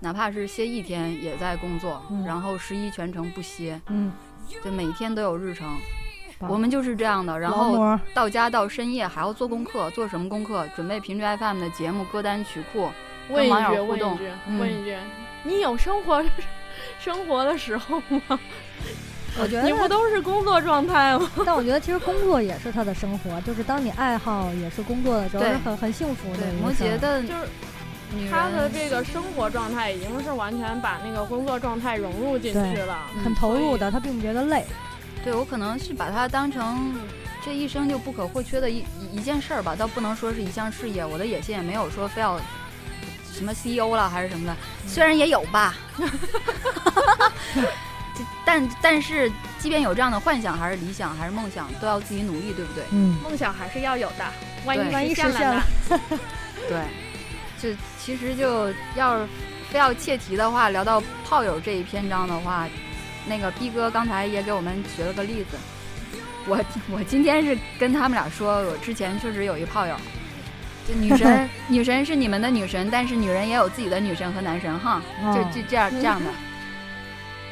Speaker 3: 哪怕是歇一天也在工作，
Speaker 4: 嗯
Speaker 3: 然后十一全程不歇，
Speaker 4: 嗯，
Speaker 3: 就每天都有日程。
Speaker 4: 哇
Speaker 3: 我们就是这样的，然
Speaker 4: 劳
Speaker 3: 后
Speaker 4: 模
Speaker 3: 到家到深夜还要做功课，做什么功课？准备频率 FM 的节目、歌单、曲库。
Speaker 5: 问一
Speaker 3: 网友
Speaker 5: 句，
Speaker 3: 互
Speaker 5: 问
Speaker 3: 动
Speaker 5: 一句，
Speaker 3: 嗯
Speaker 5: 问一句，你有生活 [LAUGHS] 生活的时候吗？
Speaker 3: 呃
Speaker 4: 我觉
Speaker 5: 你不
Speaker 4: 得，
Speaker 5: 都是工作状态吗？
Speaker 4: 但我觉得其实工作也是他的生活，就是当你爱好也是工作的时候，
Speaker 3: 对
Speaker 4: 是很很幸福的
Speaker 3: 对
Speaker 4: 一，
Speaker 3: 摩
Speaker 4: 个事
Speaker 3: 羯
Speaker 4: 儿。
Speaker 3: 的
Speaker 5: [LAUGHS] 就是
Speaker 3: 女
Speaker 5: 他的
Speaker 3: 人
Speaker 5: 这个生活状态已经是完全把那个工作状态融入进去了。
Speaker 3: 嗯
Speaker 4: 很投入的，他并不觉得累。
Speaker 3: 对我可能是把它当成这一生就不可或缺的一一一件事儿吧，倒不能说是一项事业。我的野心也没有说非要什么 CEO 了还是什么的，虽然也有吧， [LAUGHS] 这但但是即便有这样的幻想，还是理想，还是梦想，都要自己努力，对不对？
Speaker 4: 嗯，
Speaker 5: 梦想还是要有的，万
Speaker 3: 对
Speaker 4: 万一
Speaker 5: 一
Speaker 4: 实现
Speaker 5: 了呢
Speaker 4: 了？
Speaker 3: 对，就其实就要是非要切题的话，聊到炮友这一篇章的话，那个逼哥刚才也给我们举了个例子。我我今天是跟他们俩说，我之前确实有一炮友，就女神女神是你们的女神，但是女人也有自己的女神和男神哈，就
Speaker 4: 啊
Speaker 3: 就这样这样的。
Speaker 4: [LAUGHS]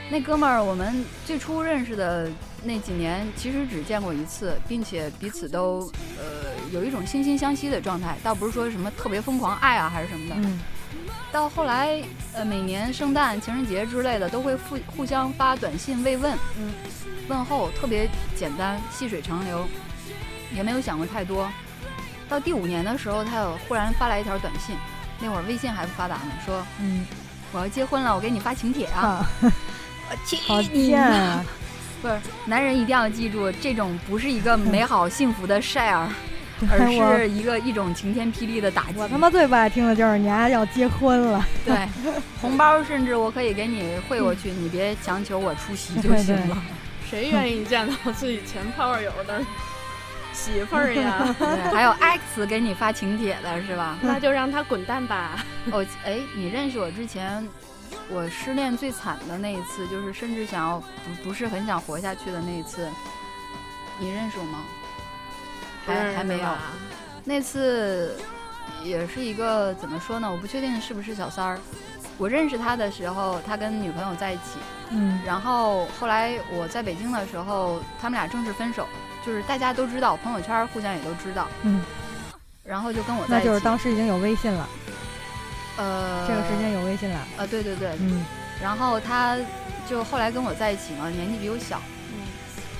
Speaker 3: 那哥们儿，我们最初认识的那几年，其实只见过一次，并且彼此都呃有一种惺惺相惜的状态，倒不是说什么特别疯狂爱啊还是什么的。
Speaker 4: 嗯，
Speaker 3: 到后来，呃，每年圣诞、情人节之类的，都会互互相发短信慰问，
Speaker 4: 嗯，
Speaker 3: 问候特别简单，细水长流，也没有想过太多。到第五年的时候，他有忽然发来一条短信，那会儿微信还不发达呢，说
Speaker 4: 嗯
Speaker 3: 我要结婚了，我给你发请帖啊。
Speaker 4: 啊，
Speaker 3: 我去
Speaker 4: 好
Speaker 3: 你
Speaker 4: 贱
Speaker 3: 妈！
Speaker 4: 啊！
Speaker 3: 不是，男人一定要记住，这种不是一个美好幸福的 share，而
Speaker 4: 对 [LAUGHS] 哎我
Speaker 3: 是一个一种晴天霹雳的打击。
Speaker 4: 我他妈最不爱听的就是你还要结婚了，
Speaker 3: 对，红包甚至我可以给你汇过去，你别强求我出席就行了。
Speaker 5: 谁愿意见到自己前炮友的媳妇儿呀？
Speaker 3: 对还有 X 给你发请帖的是吧？
Speaker 5: [LAUGHS] 那就让他滚蛋 [LAUGHS] 吧。
Speaker 3: 哦，哎，你认识我之前，我失恋最惨的那一次，就是甚至想要不不是很想活下去的那一次，你认识我吗？还还没有。那次也是一个怎么说呢？我不确定是不是小三儿。我认识他的时候，他跟女朋友在一起，
Speaker 4: 嗯
Speaker 3: 然后后来我在北京的时候，他们俩正式分手，就是大家都知道，朋友圈互相也都知道，
Speaker 4: 嗯，
Speaker 3: 然后就跟我在
Speaker 4: 那
Speaker 3: 一起。
Speaker 4: 就是当时已经有微信了，
Speaker 3: 呃
Speaker 4: 这个时间有微信了，
Speaker 3: 呃对对对，
Speaker 4: 嗯
Speaker 3: 然后他就后来跟我在一起嘛，年纪比我小。
Speaker 5: 嗯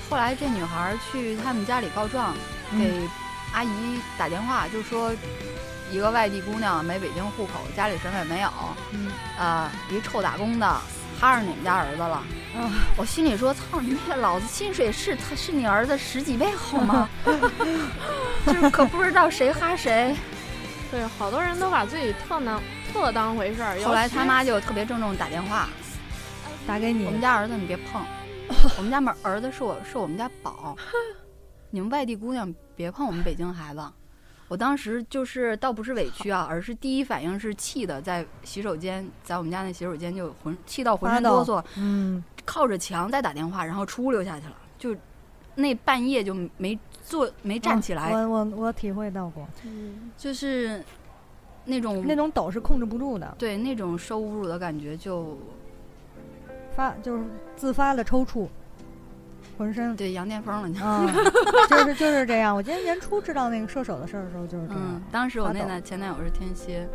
Speaker 3: 后来这女孩儿去他们家里告状，
Speaker 4: 嗯
Speaker 3: 给阿姨打电话，就说一个外地姑娘没北京户口，家里什么也没有，
Speaker 4: 嗯
Speaker 3: 呃，一臭打工的哈着你们家儿子了。
Speaker 4: 啊
Speaker 3: 我心里说：“操你妹！老子薪水是他是你儿子十几倍好吗？ [LAUGHS] 就是可不知道谁哈谁。
Speaker 5: 对，好多人都把自己特当特当回事儿。”
Speaker 3: 后来他
Speaker 5: 尤其
Speaker 3: 妈就特别郑重地打电话
Speaker 4: 打给：“
Speaker 3: 我们
Speaker 4: 你，
Speaker 3: 家儿子你别
Speaker 4: [LAUGHS]
Speaker 3: 碰，我们家门儿子是我是我们家宝，你们外地姑娘别碰我们北京孩子。我当时就是倒不是委屈啊，而是第一反应是气的，在洗手间，在我们家那洗手间就浑气到浑身
Speaker 4: 发抖
Speaker 3: 哆嗦，
Speaker 4: 嗯，
Speaker 3: 靠着墙在打电话，然后出溜下去了，就那半夜就没坐没站起来，
Speaker 4: 嗯我我我体会到过，
Speaker 5: 嗯
Speaker 3: 就是那种
Speaker 4: 那种抖是控制不住的，
Speaker 3: 对那种受侮辱的感觉就，
Speaker 4: 发就是自发的抽搐，浑身
Speaker 3: 对羊癫疯了。
Speaker 4: 啊， [LAUGHS] 就是就是这样。我今年年初知道那个射手的事儿的时候就是这
Speaker 3: 嗯
Speaker 4: 样，，
Speaker 3: 当时我那
Speaker 4: 发抖
Speaker 3: 男前男友是天蝎，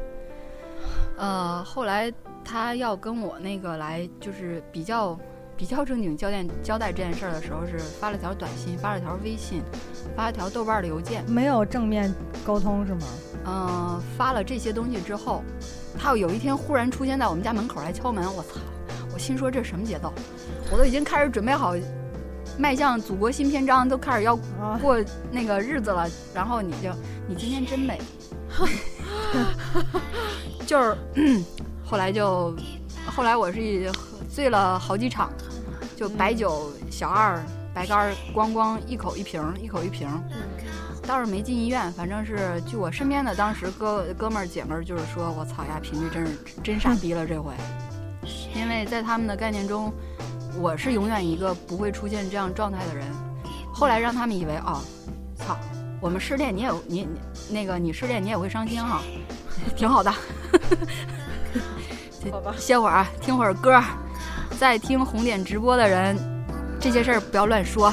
Speaker 3: 呃，后来他要跟我那个来就是比较比较正经交代交代这件事儿的时候，是发了条短信，发了条微信，发了条豆瓣儿的邮件，
Speaker 4: 没有正面沟通是吗？
Speaker 3: 嗯、发了这些东西之后，他有一天忽然出现在我们家门口来敲门，我操！我心说这什么节奏？我都已经开始准备好迈向祖国新篇章，都开始要
Speaker 4: 啊，
Speaker 3: 过那个日子了，然后你就你今天真美，就是后来就后来我是一喝醉了好几场，就白酒小二白干儿咣咣一口一瓶儿一口一瓶儿，
Speaker 5: 嗯
Speaker 3: 倒是没进医院，反正是据我身边的当时哥哥们儿姐们儿就是说我操呀，频率真是真傻逼了这回，
Speaker 5: 嗯
Speaker 3: 因为在他们的概念中，我是永远一个不会出现这样状态的人。后来让他们以为哦，操，我们失恋你也有你你那个你失恋你也会伤心哈，挺好的。
Speaker 5: 好吧，
Speaker 3: [LAUGHS] 歇会儿啊，听会儿歌儿，在听红点直播的人，这些事儿不要乱说。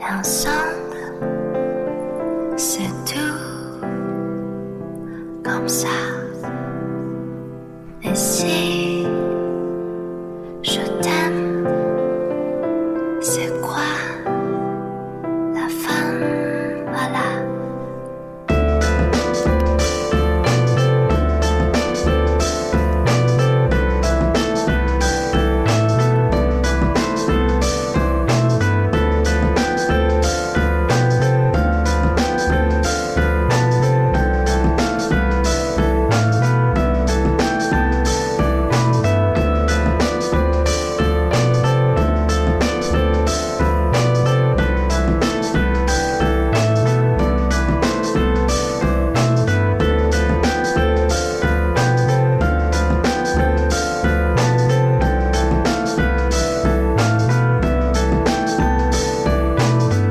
Speaker 2: Ensemble, c'est tout comme ça. Et si je t'aime, c'est quoi la fin Voilà.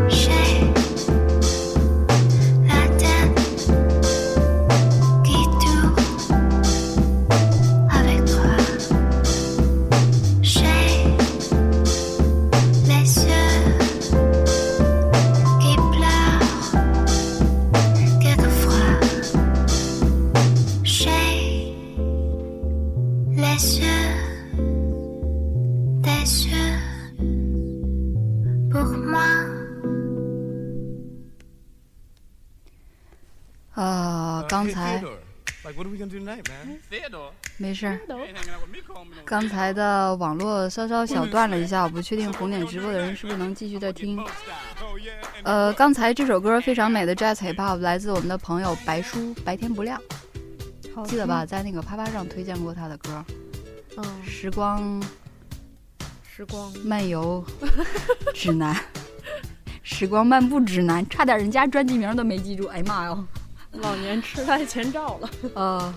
Speaker 2: J'ai la tête qui tourne avec toi. J'ai les yeux qui pleurent quelquefois. J'ai les yeux, des yeux pour moi.
Speaker 3: 呃，刚才
Speaker 1: Like, what are we gonna do tonight, man? Theodore.
Speaker 3: 没事儿，
Speaker 1: Ain't hanging out with me, call me no
Speaker 3: 刚才的网络稍稍小断了一下，我不确定红点直播的人是不是能继续再听。
Speaker 1: boat style. Oh yeah, and
Speaker 3: 呃，刚才这首歌非常美的 Jazz Hip Hop 来自我们的朋友白叔，白天不亮，
Speaker 4: 好
Speaker 3: 记得吧？？在那个啪啪上推荐过他的歌《
Speaker 5: 嗯，
Speaker 3: 时光
Speaker 5: 时光
Speaker 3: 漫游指南》， [LAUGHS] 《时光漫步指南》，差点人家专辑名都没记住，哎呀妈哟！
Speaker 5: 老年痴呆前兆了。
Speaker 3: [LAUGHS] 呃，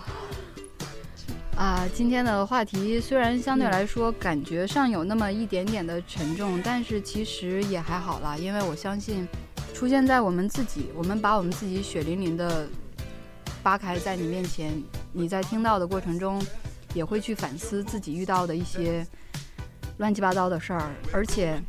Speaker 3: 啊，今天的话题虽然相对来说感觉上有那么一点点的沉重，但是其实也还好啦，因为我相信，出现在我们自己，我们把我们自己血淋淋的扒开在你面前，你在听到的过程中，也会去反思自己遇到的一些乱七八糟的事儿，而且。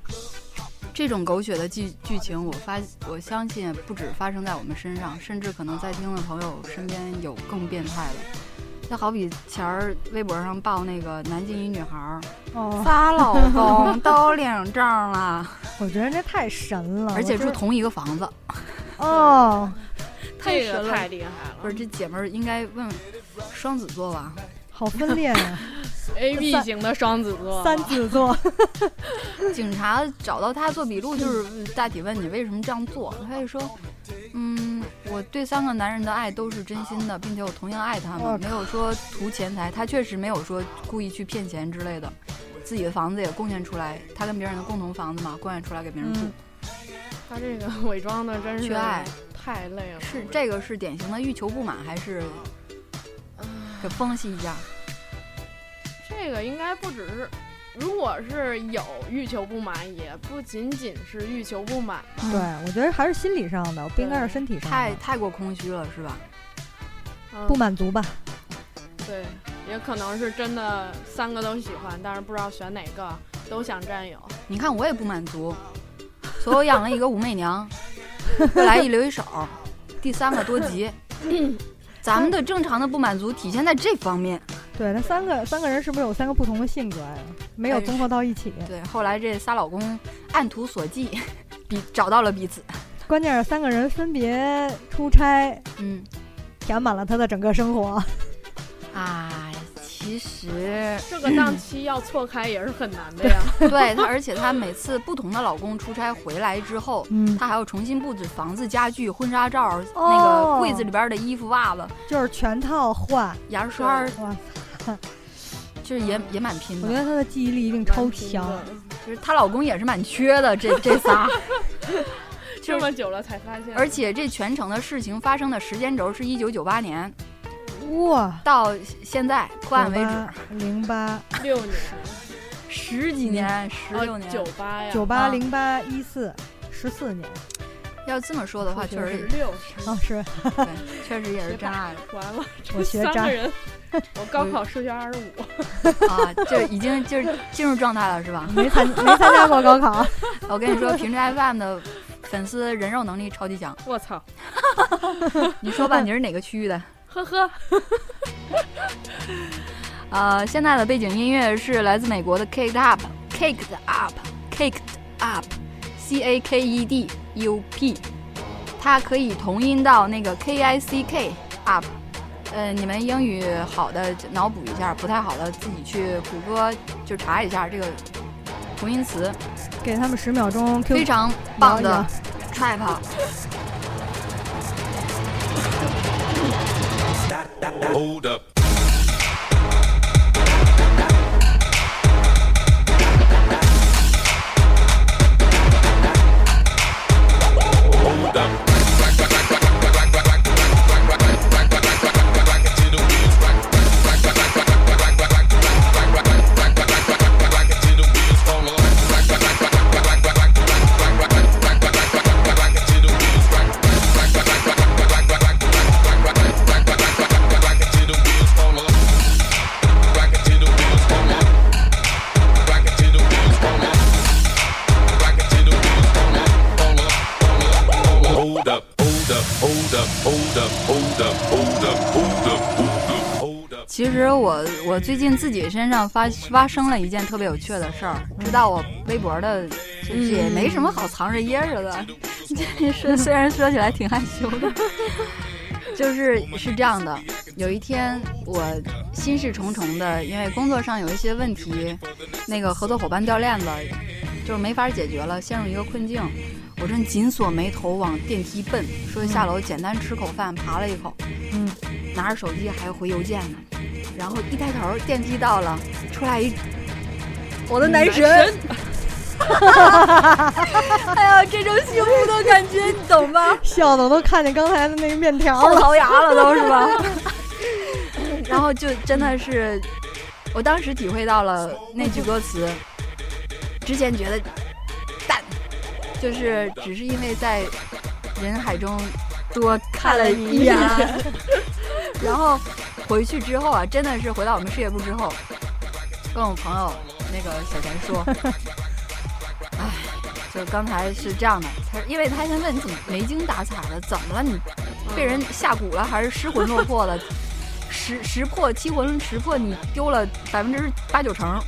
Speaker 3: 这种狗血的剧剧情，我发我相信不止发生在我们身上，甚至可能在听的朋友身边有更变态的。就好比前儿微博上爆那个南京一女孩儿，
Speaker 4: 哦，
Speaker 3: 仨老公都领证了，
Speaker 4: [LAUGHS] 我觉得这太神了，
Speaker 3: 而且
Speaker 4: 我
Speaker 3: 住
Speaker 4: 觉得
Speaker 3: 同一个房子。
Speaker 4: 哦，
Speaker 5: 这
Speaker 3: 神
Speaker 5: 个
Speaker 3: 了
Speaker 5: 太厉害了，
Speaker 3: 不是这姐们儿应该问双子座吧？
Speaker 4: 好分裂 [LAUGHS] 呀、
Speaker 5: A B 型的双子座，
Speaker 4: 三子座，
Speaker 3: 警察找到他做笔录，就是大体问你为什么这样做，他就说，嗯，我对三个男人的爱都是真心的，并且我同样爱他
Speaker 4: 我
Speaker 3: 们，没有说图钱财，他确实没有说故意去骗钱之类的，自己的房子也贡献出来，他跟别人的共同房子嘛，贡献出来给别人住，
Speaker 4: 嗯
Speaker 5: 他这个伪装的真是
Speaker 3: 缺爱
Speaker 5: 太累了。
Speaker 3: 是这个是典型的欲求不满，还是给分析一下？
Speaker 5: 这个应该不只是，如果是有欲求不满，也不仅仅是欲求不满。
Speaker 4: [LAUGHS] 对我觉得还是心理上的，不应该是身体上
Speaker 3: 太
Speaker 4: 的，
Speaker 3: 太过空虚了是吧？
Speaker 5: 嗯、
Speaker 4: 不满足吧？
Speaker 5: 对，也可能是真的三个都喜欢，但是不知道选哪个，都想占有。
Speaker 3: 你看我也不满足，所以我养了一个武媚娘，后来一留一手，第三个多 [LAUGHS] 吉。咱们的正常的不满足体现在这方面。
Speaker 4: 对，那三个三个人是不是有三个不同的性格呀？没有
Speaker 3: 哎
Speaker 4: 综合到一起，
Speaker 3: 对，后来这仨老公按图索骥，彼找到了彼此。
Speaker 4: 关键是三个人分别出差，
Speaker 3: 嗯
Speaker 4: 填满了他的整个生活。
Speaker 3: 啊，其实
Speaker 5: 这个档期要错开也是很难的
Speaker 4: [LAUGHS]
Speaker 5: 呀。
Speaker 3: [LAUGHS] 对她，而且她每次不同的老公出差回来之后。
Speaker 4: 嗯，
Speaker 3: 她还要重新布置房子、家具、婚纱照，那
Speaker 4: 哦
Speaker 3: 个柜子里边的衣服、袜子、
Speaker 4: 就是全套换。
Speaker 3: 牙刷，
Speaker 4: 哇，
Speaker 3: 就是也也蛮拼
Speaker 4: 我
Speaker 3: 的
Speaker 4: 觉。得他的记忆力一定超强。
Speaker 3: 就是她老公也是蛮缺的，这这仨，
Speaker 5: 这么久了才发现，
Speaker 3: 而且这全程的事情发生的时间轴是一九九八年
Speaker 4: 哇，
Speaker 3: 到现在破案为止，
Speaker 4: 止，零八
Speaker 5: 六年，
Speaker 3: 十几年、十六
Speaker 5: 哦，
Speaker 3: 年。
Speaker 5: 九八呀，
Speaker 4: 九八
Speaker 3: 啊
Speaker 4: 零八一四十四年
Speaker 3: 要这么说的话，确
Speaker 5: 十
Speaker 3: 实
Speaker 5: 六，
Speaker 4: 啊，是
Speaker 3: 确实也是真爱了
Speaker 5: 完了，
Speaker 4: 我学
Speaker 5: 三
Speaker 4: 渣 [LAUGHS]
Speaker 5: 个。人，我高考数学二十五，
Speaker 3: 啊，就已经就是进入状态了，是吧？
Speaker 4: 没参没参加过高考，
Speaker 3: 我跟你说，平时 FM 的粉丝人肉能力超级强。
Speaker 5: 我操，
Speaker 3: 你说吧，你是哪个区域的？
Speaker 5: 呵呵，
Speaker 3: 呃，现在的背景音乐是来自美国的 Caked Up，Caked Up，Caked Up，C A K E D U P，它可以同音到那个 K I C K Up。呃，你们英语好的就脑补一下，不太好的自己去谷歌就查一下这个同音词，
Speaker 4: [LAUGHS] 给他们十秒钟 Q
Speaker 3: 非常棒的 trap。
Speaker 1: Hold up. Hold up. Hold up, hold up, hold up, hold up, hold up, hold up, hold up, hold up, hold up.
Speaker 3: 其实我我最近自己身上发发生了一件特别有趣的事儿，知道我微博的，就是也没什么好藏着掖着的， [LAUGHS] 这说虽然说起来挺害羞的， [LAUGHS] 就是是这样的，有一天我心事重重的，因为工作上有一些问题，那个合作伙伴掉链子，就是没法解决了，陷入一个困境。我正紧锁眉头往电梯奔，说下楼简单吃口饭，爬了一口，
Speaker 4: 嗯，
Speaker 3: 拿着手机还回邮件呢，然后一抬头电梯到了，出来一我的男神，哎呀，这种幸福的感觉你懂吧？
Speaker 4: 笑的我都看见刚才的那个面条
Speaker 3: 后
Speaker 4: 了。
Speaker 3: 槽牙了都是吧？ [LAUGHS] 然后就真的是，我当时体会到了那句歌词，之前觉得淡，就是只是因为在人海中多看了一 [LAUGHS] 眼，然后回去之后啊，真的是回到我们事业部之后，跟我朋友那个小田说，哎，就是刚才是这样的，他因为他先问你怎么没精打采的，怎么了你被人下蛊了，还是失魂落魄了？识识破七魂识破，你丢了百分之八九成。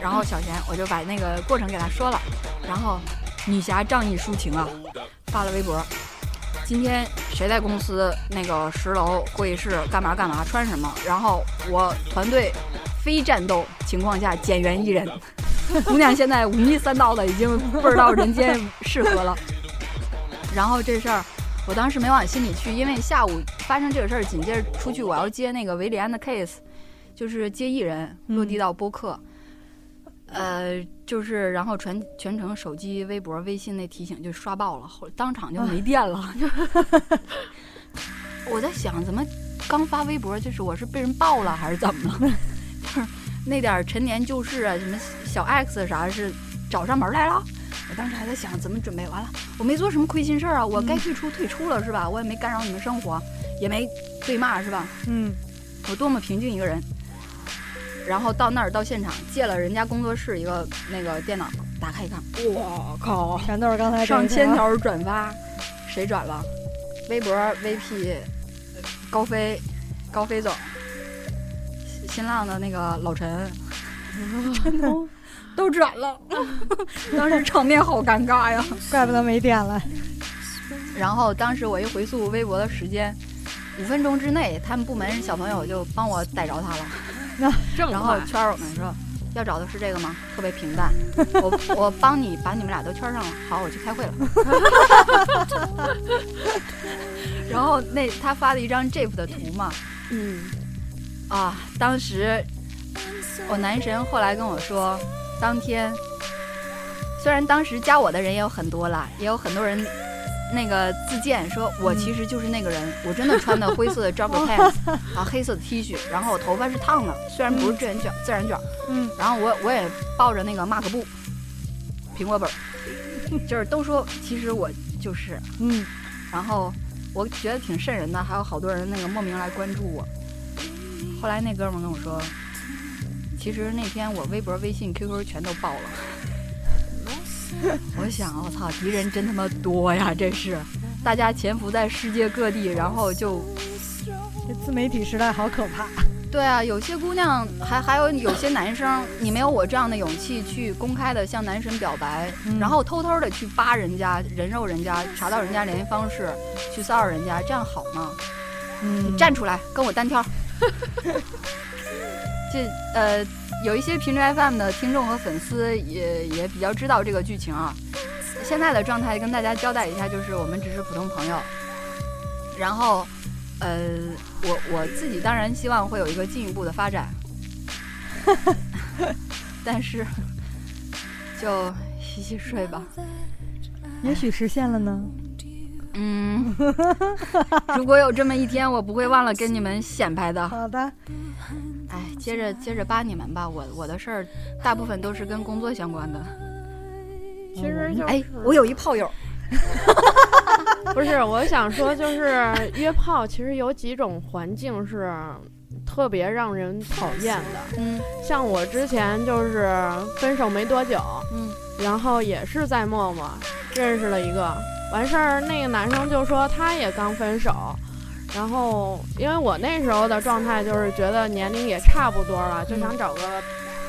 Speaker 3: 然后小贤，我就把那个过程给他说了，然后女侠仗义抒情啊，发了微博，今天谁在公司那个十楼会议室干嘛干嘛穿什么，然后我团队非战斗情况下减员一人。 [LAUGHS] 姑娘现在五迷三道的，已经不知道人间是何了。 [LAUGHS] 然后这事儿，我当时没往心里去，因为下午发生这个事儿，紧接着出去我要接那个维里安的 case，就是接艺人落地到播客。呃，就是然后全全程手机、微博、微信那提醒就刷爆了，后当场就没电了。 [LAUGHS] 我在想，怎么刚发微博，就是我是被人爆了还是怎么了？就是那点儿陈年旧事啊，什么小 X 啥是找上门来了。我当时还在想，怎么准备完了？我没做什么亏心事儿啊，我该退出退出了是吧？我也没干扰你们生活，也没对骂是吧？
Speaker 4: 嗯，
Speaker 3: 我多么平静一个人。然后到那儿到现场借了人家工作室一个那个电脑，打开一看，我靠，
Speaker 4: 全都是刚才这
Speaker 3: 上
Speaker 4: 一
Speaker 3: 千
Speaker 4: 嗯条
Speaker 3: 条转发，谁转了？微博 VP 呃高飞，高飞总，新新浪的那个老陈， [LAUGHS] 真的都转 [LAUGHS] 了，当时场面好尴尬呀。
Speaker 4: [LAUGHS] 怪不得没电了。
Speaker 3: [LAUGHS] 然后当时我一回溯微博的时间，五分钟之内，他们部门小朋友就帮我逮着他了。
Speaker 5: 这么
Speaker 3: 然后
Speaker 5: 快，
Speaker 3: 圈儿我们说要找的是这个吗？特别平淡，我我帮你把你们俩都圈上了。好，我去开会了。 [LAUGHS] 然后那他发了一张 GIF 的图嘛，
Speaker 5: 嗯，
Speaker 3: 啊，当时我男神后来跟我说，当天虽然当时加我的人也有很多啦，也有很多人那个自荐说我其实就是那个人，我真的穿的灰色的 jogger pants 啊，黑色的 T 恤，然后我头发是烫的，虽然不是自然卷，自然卷，
Speaker 4: 嗯，
Speaker 3: 然后我我也抱着那个马克布、苹果本儿， [LAUGHS] 就是都说其实我就是，
Speaker 4: 嗯，
Speaker 3: 然后我觉得挺瘆人的，还有好多人那个莫名来关注我。后来那哥们儿跟我说，其实那天我微博、微信、QQ 全都爆了。 [LAUGHS] 我想，我操，敌人真他妈多呀！这是，大家潜伏在世界各地，然后就
Speaker 4: 这自媒体时代好可怕。
Speaker 3: 对啊，有些姑娘还还有有些男生，你没有我这样的勇气去公开的向男神表白，
Speaker 4: 嗯
Speaker 3: 然后偷偷的去扒人家、人肉人家、查到人家联系方式，去骚扰人家，这样好吗？
Speaker 4: 嗯
Speaker 3: 你站出来跟我单挑。这呃，有一些频率 FM 的听众和粉丝也也比较知道这个剧情啊。现在的状态跟大家交代一下，就是我们只是普通朋友。然后，呃，我我自己当然希望会有一个进一步的发展， [LAUGHS] 但是就洗洗睡吧。
Speaker 4: 也许实现了呢。
Speaker 3: 嗯， [LAUGHS] 如果有这么一天，我不会忘了跟你们显摆的。
Speaker 4: 好的，
Speaker 3: 哎，接着接着扒你们吧，我我的事儿大部分都是跟工作相关的。
Speaker 5: 其实就是
Speaker 3: 哎，我有一炮友，
Speaker 5: 不是，我想说就是约炮，其实有几种环境是特别让人讨厌的。
Speaker 3: 嗯
Speaker 5: 像我之前就是分手没多久，
Speaker 3: 嗯，
Speaker 5: 然后也是在陌陌认识了一个，完事儿那个男生就说他也刚分手，然后因为我那时候的状态就是觉得年龄也差不多了，就想找个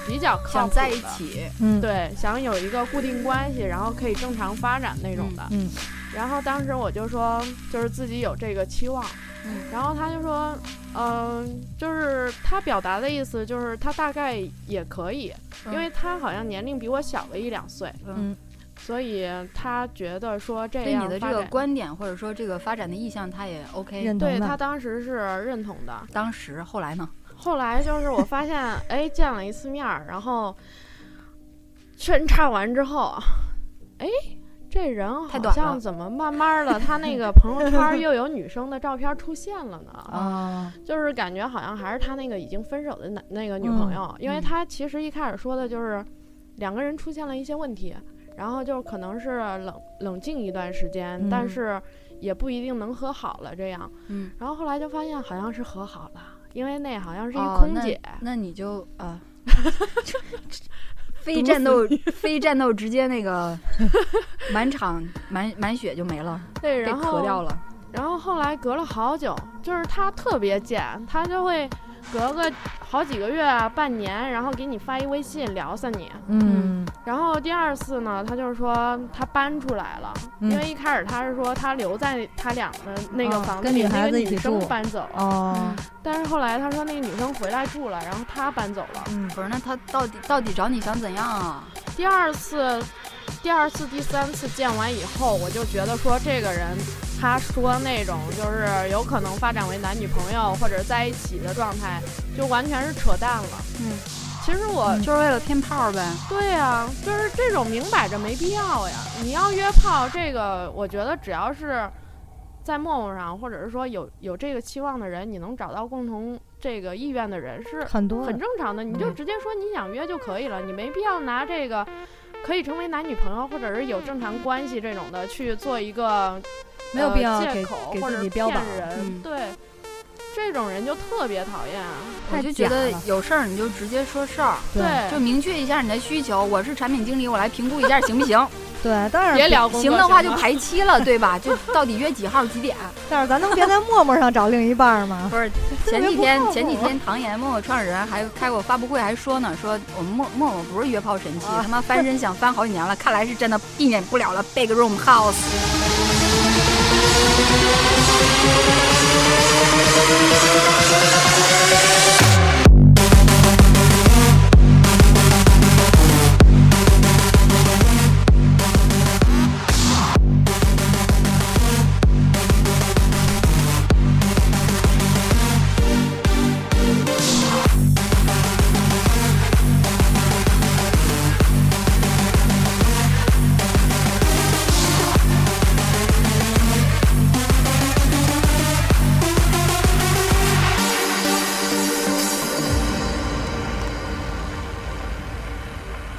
Speaker 5: 比较靠
Speaker 3: 嗯想
Speaker 5: 谱
Speaker 3: 在一
Speaker 5: 的
Speaker 3: 起，
Speaker 4: 嗯，，
Speaker 5: 对，想有一个固定关系，然后可以正常发展那种的。
Speaker 4: 嗯
Speaker 5: 然后当时我就说，就是自己有这个期望。
Speaker 3: 嗯
Speaker 5: 然后他就说，嗯、就是他表达的意思就是他大概也可以，因为他好像年龄比我小了一两岁，
Speaker 3: 嗯
Speaker 5: 所以他觉得说这
Speaker 3: 对
Speaker 5: 样
Speaker 3: 你的这
Speaker 5: 发
Speaker 3: 个
Speaker 5: 展
Speaker 3: 观点或者说这个发展的意向，他也 OK。
Speaker 4: 认
Speaker 5: 对
Speaker 4: 同
Speaker 5: 他
Speaker 4: 的。
Speaker 5: 当时是认同的。
Speaker 3: 当时后来呢？
Speaker 5: 后来就是我发现，哎，见了一次面儿，然后圈插完之后，哎，这人
Speaker 3: 太
Speaker 5: 好
Speaker 3: 短
Speaker 5: 像
Speaker 3: 了
Speaker 5: 怎么慢慢的，他那个朋友
Speaker 3: [LAUGHS]
Speaker 5: 圈儿又有女生的照片出现了呢？
Speaker 4: [LAUGHS] 啊，
Speaker 5: 就是感觉好像还是他那个已经分手的男那个女朋友，因为
Speaker 3: 嗯
Speaker 5: 他其实一开始说的就是两个人出现了一些问题，然后就可能是冷冷静一段时间，
Speaker 4: 嗯
Speaker 5: 但是也不一定能和好了这样。
Speaker 3: 嗯，
Speaker 5: 然后后来就发现好像是和好了，因为那好像是一
Speaker 3: 哦
Speaker 5: 空姐。
Speaker 3: 那你就 [LAUGHS] 啊，非战斗非战斗直接那 [LAUGHS] 个满场满满血就没了，
Speaker 5: 对，
Speaker 3: 被
Speaker 5: 然
Speaker 3: 咳掉
Speaker 5: 后
Speaker 3: 了。
Speaker 5: 然后后来隔了好久，就是他特别贱，他就会啊隔个好几个月、半年，然后给你发一微信聊死你。
Speaker 4: 嗯，
Speaker 5: 然后第二次呢，他就是说他搬出来了，
Speaker 4: 嗯
Speaker 5: 因为一开始他是说他留在他俩的那个
Speaker 4: 哦
Speaker 5: 房子
Speaker 4: 跟女
Speaker 5: 里，那
Speaker 4: 孩
Speaker 5: 个
Speaker 4: 子一起
Speaker 5: 女生
Speaker 4: 住
Speaker 5: 搬走了。
Speaker 4: 哦，
Speaker 5: 但是后来他说那个女生回来住了，然后他搬走了。
Speaker 4: 嗯，
Speaker 3: 不是，那他到底到底找你想怎样啊？
Speaker 5: 第二次、第二次、第三次见完以后，我就觉得说这个人，他说那种就是有可能发展为男女朋友或者在一起的状态，就完全是扯淡了。
Speaker 3: 嗯，
Speaker 5: 其实我
Speaker 3: 就是为了骗炮呗。
Speaker 5: 对呀、就是这种明摆着没必要呀。你要约炮，这个我觉得只要是在陌陌上，或者是说有有这个期望的人，你能找到共同这个意愿的人是
Speaker 4: 很多
Speaker 5: 很正常的。你就
Speaker 4: 嗯
Speaker 5: 直接说你想约就可以了，你没必要拿这个可以成为男女朋友或者是有正常关系这种的去做一个
Speaker 4: 没有
Speaker 5: 呃
Speaker 4: 必要
Speaker 5: 借
Speaker 4: 给
Speaker 5: 口
Speaker 4: 给
Speaker 5: 或
Speaker 4: 自
Speaker 5: 者
Speaker 4: 己标
Speaker 5: 骗
Speaker 4: 榜
Speaker 5: 人。
Speaker 3: 嗯
Speaker 5: 对，这种人就特别讨厌啊。
Speaker 3: 我
Speaker 4: 太
Speaker 3: 就觉
Speaker 4: 假
Speaker 3: 得
Speaker 4: 了
Speaker 3: 有事儿你就直接说事儿，
Speaker 5: 对，
Speaker 3: 就明确一下你的需求。我是产品经理，我来评估一下行不 [LAUGHS] 行？
Speaker 4: 对，但
Speaker 5: 别
Speaker 4: 是
Speaker 5: 聊工作
Speaker 3: 行的话就
Speaker 5: 吗
Speaker 3: 排期了，对吧？就到底约几号几点？
Speaker 4: 但是咱能别在陌陌上找另一半吗？ [LAUGHS]
Speaker 3: 不是前几天前几天唐岩默默创始人还开过发布会，还说呢，说我们默默默不是约炮神器，
Speaker 5: 啊
Speaker 3: 他妈翻身想翻好几年了，看来是真的避免不了了。Big Room House。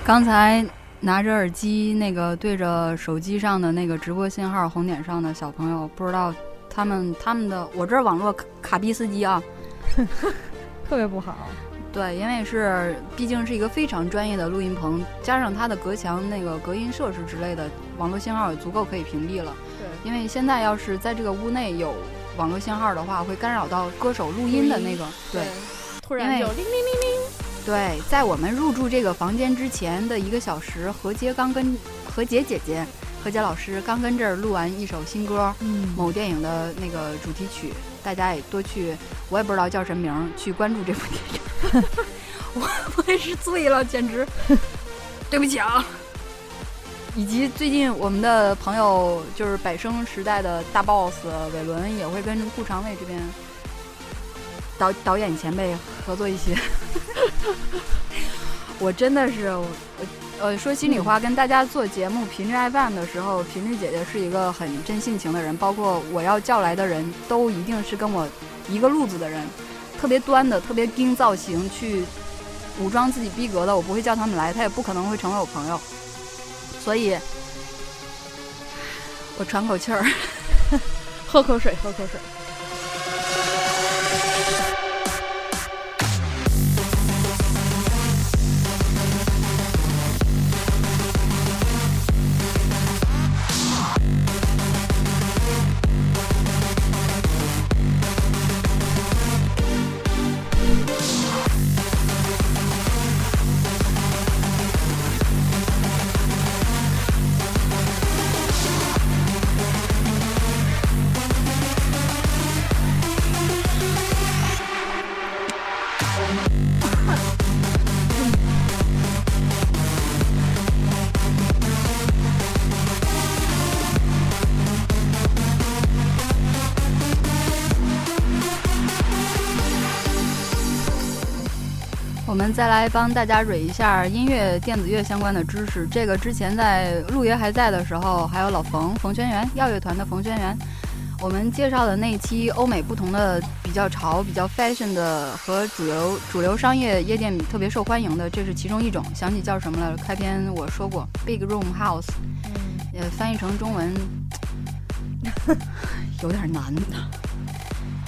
Speaker 3: 刚才拿着耳机，那个对着手机上的那个直播信号红点上的小朋友，不知道他们他们的我这儿网络卡卡逼司机啊，
Speaker 4: 特别不好。
Speaker 3: 对，因为是毕竟是一个非常专业的录音棚，加上它的隔墙那个隔音设施之类的，网络信号也足够可以屏蔽了。
Speaker 5: 对
Speaker 3: 因为现在要是在这个屋内有网络信号的话，会干扰到歌手录音的那个。对，
Speaker 5: 突然
Speaker 3: 因
Speaker 5: 就
Speaker 3: 为
Speaker 5: 叮叮叮叮。
Speaker 3: 对，在我们入住这个房间之前的一个小时，何洁刚跟何洁姐姐、何洁老师刚跟这儿录完一首新歌，
Speaker 4: 嗯，
Speaker 3: 某电影的那个主题曲，大家也多去，我也不知道叫什么名儿，去关注这部电影。我我也是醉了，简直，对不起啊。以及最近我们的朋友就是百生时代的大 boss 伟伦也会跟顾长卫这边导导演前辈合作一些。我真的是我呃，说心里话，跟大家做节目频率 FM 的时候，频率姐姐是一个很真性情的人，包括我要叫来的人都一定是跟我一个路子的人，特别端的，特别盯造型去武装自己逼格的，我不会叫他们来，他也不可能会成为我朋友，所以，我喘口气儿。
Speaker 5: 喝口水，喝口水。
Speaker 3: 我们再来帮大家蕊一下音乐、电子乐相关的知识。这个之前在陆爷还在的时候，还有老冯、冯轩辕、耀乐团的冯轩辕，我们介绍的那一期欧美不同的比较潮、比较 fashion 的和主流主流商业夜店特别受欢迎的，这是其中一种。想起叫什么了？开篇我说过，Big Room House，也呃翻译成中文有点难。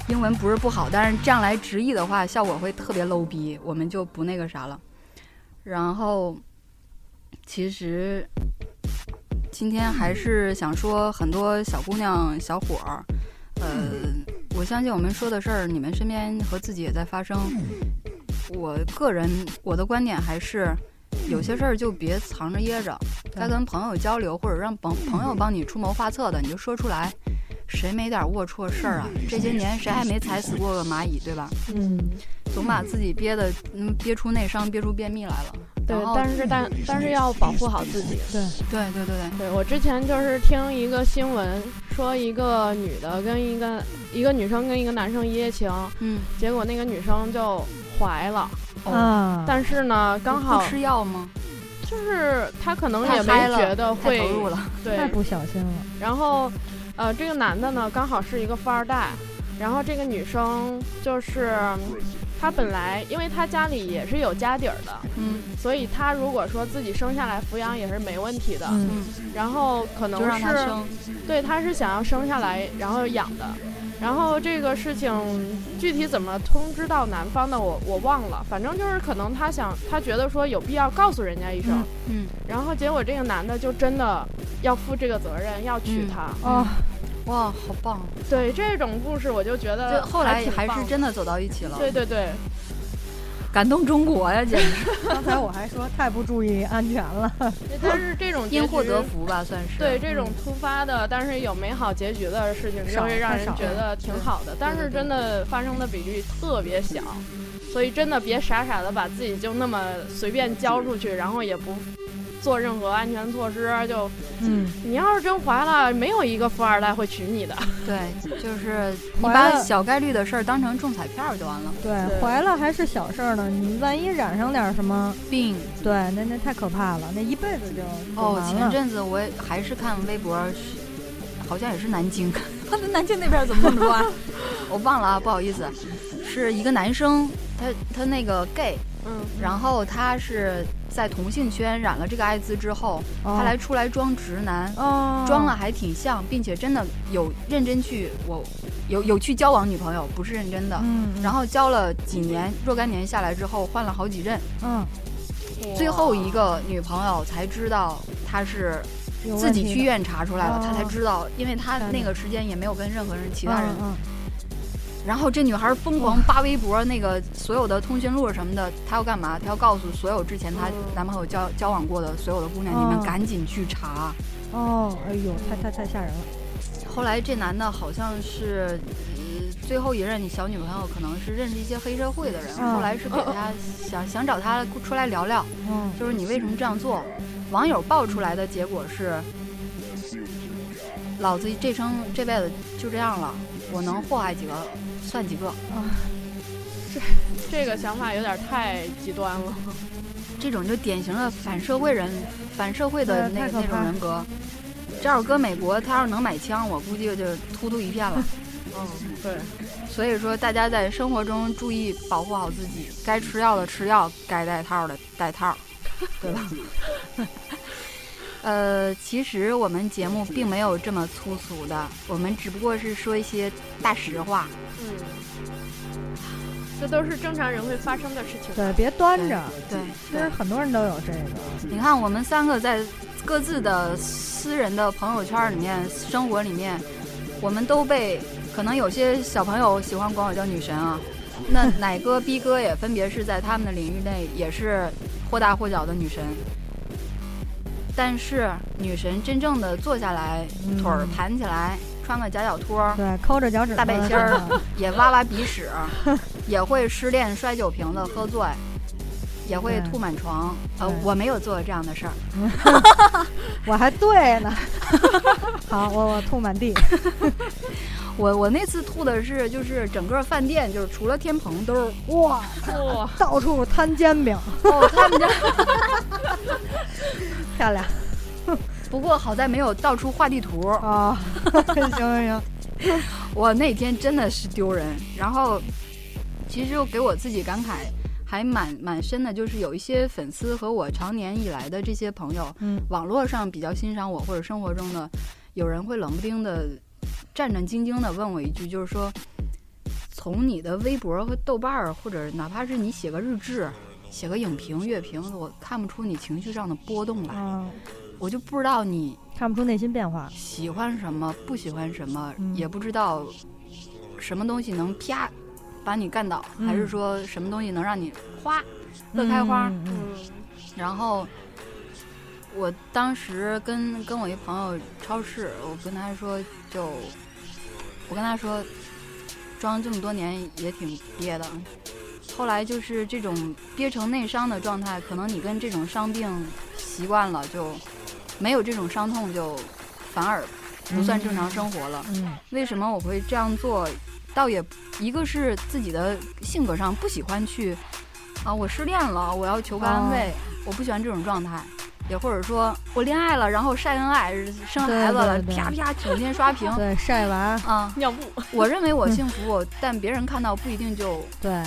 Speaker 3: 英文不是不好，但是这样来直译的话，效果会特别 low 逼，我们就不那个啥了。然后，其实今天还是想说，很多小姑娘、小伙儿，呃，我相信我们说的事儿，你们身边和自己也在发生。我个人我的观点还是，有些事儿就别藏着掖着，该跟朋友交流，或者让朋朋友帮你出谋划策的，你就说出来。谁没点龌龊事儿啊？这些年谁还没踩死过个蚂蚁，对吧？
Speaker 5: 嗯，
Speaker 3: 总把自己憋的，嗯，憋出内伤，憋出便秘来了。
Speaker 5: 对
Speaker 3: 然，后
Speaker 5: 但是但但是要保护好自己。
Speaker 4: 对，
Speaker 3: 对对对对，
Speaker 5: 对我之前就是听一个新闻，说一个女的跟一个一个女生跟一个男生一夜情，
Speaker 3: 嗯，
Speaker 5: 结果那个女生就怀了，
Speaker 3: 哦，
Speaker 4: 啊，
Speaker 5: 但是呢，刚
Speaker 3: 不
Speaker 5: 好
Speaker 3: 吃药吗？
Speaker 5: 就是她可能
Speaker 3: 太
Speaker 5: 也没
Speaker 3: 嗨了
Speaker 5: 觉得
Speaker 3: 太
Speaker 5: 会
Speaker 3: 投入了。
Speaker 5: 对
Speaker 4: 太，不小心了，
Speaker 3: 啊
Speaker 5: 然后呃，这个男的呢刚好是一个富二代，然后这个女生就是她本来因为她家里也是有家底儿的，
Speaker 3: 嗯，
Speaker 5: 所以她如果说自己生下来抚养也是没问题的，
Speaker 4: 嗯
Speaker 5: 然后可能
Speaker 3: 就让他
Speaker 5: 是
Speaker 3: 生。
Speaker 5: 对，她是想要生下来然后养的。然后这个事情具体怎么通知到男方的我我忘了，反正就是可能她想她觉得说有必要告诉人家一声，
Speaker 3: 嗯，
Speaker 5: 然后结果这个男的就真的要负这个责任，要娶
Speaker 3: 嗯
Speaker 5: 她。
Speaker 4: 哦，
Speaker 3: 哇，好棒！
Speaker 5: 对这种故事，我就觉得
Speaker 3: 就后来
Speaker 5: 呃挺
Speaker 3: 还
Speaker 5: 棒
Speaker 3: 是
Speaker 5: 的
Speaker 3: 真的走到一起了，
Speaker 5: 对对对，
Speaker 3: 感动中国呀，简
Speaker 5: [LAUGHS]
Speaker 3: 直
Speaker 4: 刚才我还说太不注意安全了，
Speaker 5: 但是这种结
Speaker 3: 因祸
Speaker 5: 局
Speaker 3: 得福吧，算是。
Speaker 5: 对这种突发的，但是有美好结局的事情，就
Speaker 4: 嗯少
Speaker 5: 会让
Speaker 4: 太
Speaker 5: 人
Speaker 4: 少
Speaker 5: 觉
Speaker 4: 了
Speaker 5: 得挺
Speaker 3: 对
Speaker 5: 好的。但
Speaker 3: 对
Speaker 5: 是
Speaker 3: 对
Speaker 5: 真的发生的比率特别小，所以真的别傻傻的把自己就那么随便交出去，然后也不做任何安全措施。就
Speaker 4: 嗯，
Speaker 5: 你要是真怀了，没有一个富二代会娶你的。
Speaker 3: 对，就是你
Speaker 4: 怀
Speaker 3: 把
Speaker 4: 了
Speaker 3: 小概率的事儿当成中彩票就完了。
Speaker 4: 对
Speaker 5: 对，
Speaker 4: 怀了还是小事儿呢，你万一染上点儿什么，
Speaker 3: 病
Speaker 4: 对，那那太可怕了，那一辈子就就
Speaker 3: 哦，
Speaker 4: 完
Speaker 3: 前
Speaker 4: 了。
Speaker 3: 阵子我也还是看微博，好像也是南
Speaker 4: [LAUGHS]
Speaker 3: 京，他 [LAUGHS] 在南京那边怎么这么多啊？我忘了啊，不好意思，是一个男生，他他那个 gay，
Speaker 5: 嗯，
Speaker 3: 然后他是在同性圈染了这个艾滋之后，
Speaker 4: 哦
Speaker 3: 他来出来装直男，
Speaker 4: 哦，
Speaker 3: 装了还挺像，并且真的有认真去我有有去交往女朋友，不是认真的。
Speaker 4: 嗯，嗯，
Speaker 3: 然后交了几年，若干年下来之后，换了好几任，
Speaker 4: 嗯，
Speaker 3: 最后一个女朋友才知道他是
Speaker 4: 有
Speaker 3: 自
Speaker 4: 问
Speaker 3: 己
Speaker 4: 题
Speaker 3: 去医
Speaker 4: 的
Speaker 3: 院查出来了，
Speaker 4: 哦
Speaker 3: 她才知道，因为她那个时间也没有跟任何人其他人。
Speaker 4: 嗯
Speaker 3: 然后这女孩疯狂扒微博，那个所有的通讯录什么的，她要干嘛？她要告诉所有之前她
Speaker 5: 嗯
Speaker 3: 男朋友交交往过的所有的姑娘，
Speaker 4: 哦
Speaker 3: 你们赶紧去查。
Speaker 4: 嗯哦，哎呦，太太太吓人了，
Speaker 3: 后来这男的好像是。呃最后一任小女朋友可能是认识一些黑社会的人，
Speaker 4: 嗯
Speaker 3: 后来是给他想想找他出来聊聊，
Speaker 4: 嗯，
Speaker 3: 就是你为什么这样做？网友爆出来的结果是，老子这生这辈子就这样了，我能祸害几个算几个。
Speaker 5: 这个想法有点太极端了。
Speaker 3: 这种就典型的反社会人、反社会的那
Speaker 4: 哎
Speaker 3: 个
Speaker 4: 太可
Speaker 3: 那种
Speaker 4: 怕
Speaker 3: 人格。这要是搁美国，他要是能买枪，我估计就突突一片了。
Speaker 5: 嗯，对，
Speaker 3: 所以说，大家在生活中注意保护好自己，该吃药的吃药，该戴套的戴套，对吧？呃，其实我们节目并没有这么粗俗的，我们只不过是说一些大实话。
Speaker 5: 嗯，这都是正常人会发生的事情。
Speaker 4: 对，别端着，
Speaker 3: 对，
Speaker 4: 其实
Speaker 3: 对，
Speaker 4: 很多人都有这个，
Speaker 3: 你看我们三个在各自的私人的朋友圈里面、生活里面，我们都被可能有些小朋友喜欢管我叫女神
Speaker 4: [LAUGHS]
Speaker 3: 啊，那奶哥、逼哥也分别是在他们的领域内也是或大或小的女神。但是女神真正的坐下来，
Speaker 4: 嗯
Speaker 3: 腿儿盘起来，穿个夹脚拖
Speaker 4: [LAUGHS]
Speaker 3: 儿，
Speaker 4: 对，抠着脚趾头
Speaker 3: 大背心儿，
Speaker 4: 嗯
Speaker 3: 也挖挖鼻
Speaker 4: [LAUGHS]
Speaker 3: 屎，也会失恋摔酒瓶子喝醉，也会
Speaker 4: 对
Speaker 3: 吐满床。呃
Speaker 4: 对，
Speaker 3: 我没有做过这样的事儿。
Speaker 4: 我还对呢。 [LAUGHS] 好，我我吐满地，
Speaker 3: 我我那次吐的是，就是整个饭店，就是除了天棚都是
Speaker 4: 哇，
Speaker 5: 哇，
Speaker 4: 到处摊煎饼，
Speaker 3: 哦，他们家。 [LAUGHS]
Speaker 4: 漂亮
Speaker 3: 不过好在没有到处画地图。
Speaker 4: 啊！ [LAUGHS] 行行
Speaker 3: 我那天真的是丢人。然后，其实给我自己感慨还蛮蛮深的，就是有一些粉丝和我常年以来的这些朋友，
Speaker 4: 嗯，
Speaker 3: 网络上比较欣赏我，或者生活中的有人会冷不丁的战战兢兢的问我一句，就是说，从你的微博和豆瓣儿，或者哪怕是你写个日志。写个影评、乐评，我看不出你情绪上的波动
Speaker 4: 行，
Speaker 3: 来，
Speaker 4: 啊，
Speaker 3: 我就不知道你
Speaker 4: 看不出内心变化，
Speaker 3: 喜欢什么，不喜欢什么，
Speaker 4: 嗯
Speaker 3: 也不知道什么东西能啪把你干倒，
Speaker 4: 嗯
Speaker 3: 还是说什么东西能让你哗乐开花。
Speaker 4: 嗯嗯嗯
Speaker 5: 嗯，
Speaker 3: 然后我当时跟跟我一朋友超市，我跟他说就，我跟他说装这么多年也挺憋的。后来就是这种憋成内伤的状态，可能你跟这种伤病习惯了，就没有这种伤痛，就反而不算正常生活了。
Speaker 4: 嗯
Speaker 3: 为什么我会这样做？倒也一个是自己的性格上不喜欢去啊，我失恋了，我要求个安慰，
Speaker 4: 哦
Speaker 3: 我不喜欢这种状态。也或者说我恋爱了，然后晒恩爱，生孩子了，
Speaker 4: 对对对
Speaker 3: 啪啪整天刷屏
Speaker 4: 嗯对，晒娃，
Speaker 3: 啊！
Speaker 5: 尿布，
Speaker 3: 我认为我幸福，但别人看到不一定就
Speaker 4: 对，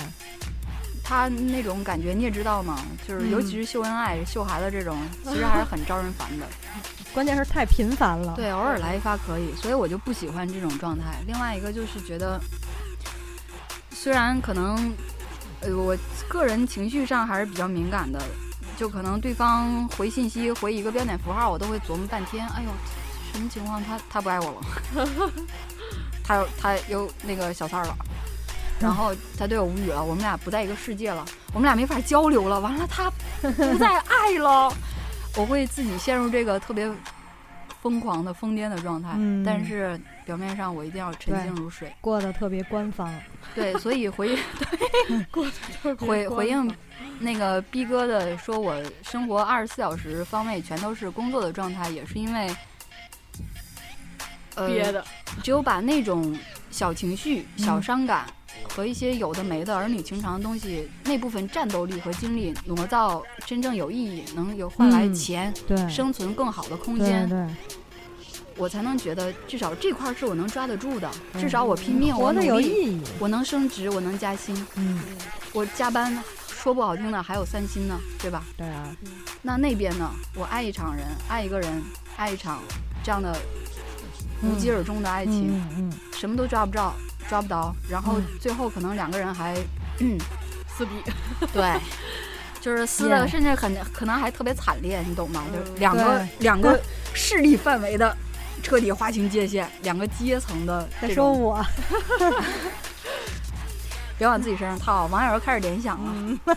Speaker 3: 他那种感觉，你也知道嘛，就是
Speaker 4: 嗯
Speaker 3: 尤其是秀恩爱、秀孩子这种，其实还是很招人烦的。
Speaker 4: 关键是太频繁了。
Speaker 3: 对，偶尔来一发可以，所以我就不喜欢这种状态。另外一个就是觉得，虽然可能，呃，我个人情绪上还是比较敏感的，就可能对方回信息回一个标点符号，我都会琢磨半天，哎呦，什么情况？他他不爱我了，他又他又那个小三儿了。然后他对我无语了，我们俩不在一个世界了，我们俩没法交流了。完了，他不再爱了，我会自己陷入这个特别疯狂的疯癫的状态。
Speaker 4: 嗯
Speaker 3: 但是表面上我一定要沉静如水。
Speaker 4: 过得特别官方，
Speaker 3: 对，所以回回回应那个逼哥的说，我生活二十四小时方位全都是工作的状态，也是因为呃
Speaker 4: 嗯
Speaker 5: 憋的，
Speaker 3: 只有把那种小情绪、小伤感和一些有的没的儿女情长的东西，那部分战斗力和精力挪到真正有意义，能有换来
Speaker 4: 嗯
Speaker 3: 钱、
Speaker 4: 对，
Speaker 3: 生存更好的空
Speaker 4: 对
Speaker 3: 间，
Speaker 4: 对，
Speaker 3: 我才能觉得至少这块儿是我能抓得住的，
Speaker 4: 嗯
Speaker 3: 至少我拼命，我
Speaker 4: 活
Speaker 3: 努
Speaker 4: 得有
Speaker 3: 力，
Speaker 4: 意义。
Speaker 3: 我能升职，我能加薪，
Speaker 4: 嗯，
Speaker 3: 我加班。说不好听的，还有三薪呢，对吧？
Speaker 4: 对啊，
Speaker 3: 那那边呢？我爱一场人，爱一个人，爱一场这样的无疾而终的爱
Speaker 4: 爱
Speaker 3: 情，
Speaker 4: 嗯嗯，
Speaker 3: 什么都抓不着，抓不着，然后
Speaker 4: 嗯
Speaker 3: 最后可能两个人还，嗯，
Speaker 5: 撕逼，
Speaker 3: 对， [LAUGHS] 就是撕的，
Speaker 4: Yeah
Speaker 3: 甚至很可能还特别惨烈，你懂吗？
Speaker 5: 嗯
Speaker 3: 就是两个
Speaker 4: 对
Speaker 3: [LAUGHS] 两个势力范围的彻底划清界限，两个阶层的
Speaker 4: 再
Speaker 3: 这
Speaker 4: 说
Speaker 3: 种，
Speaker 4: 我，
Speaker 3: 别往自己身上套。网友开始联想啊了，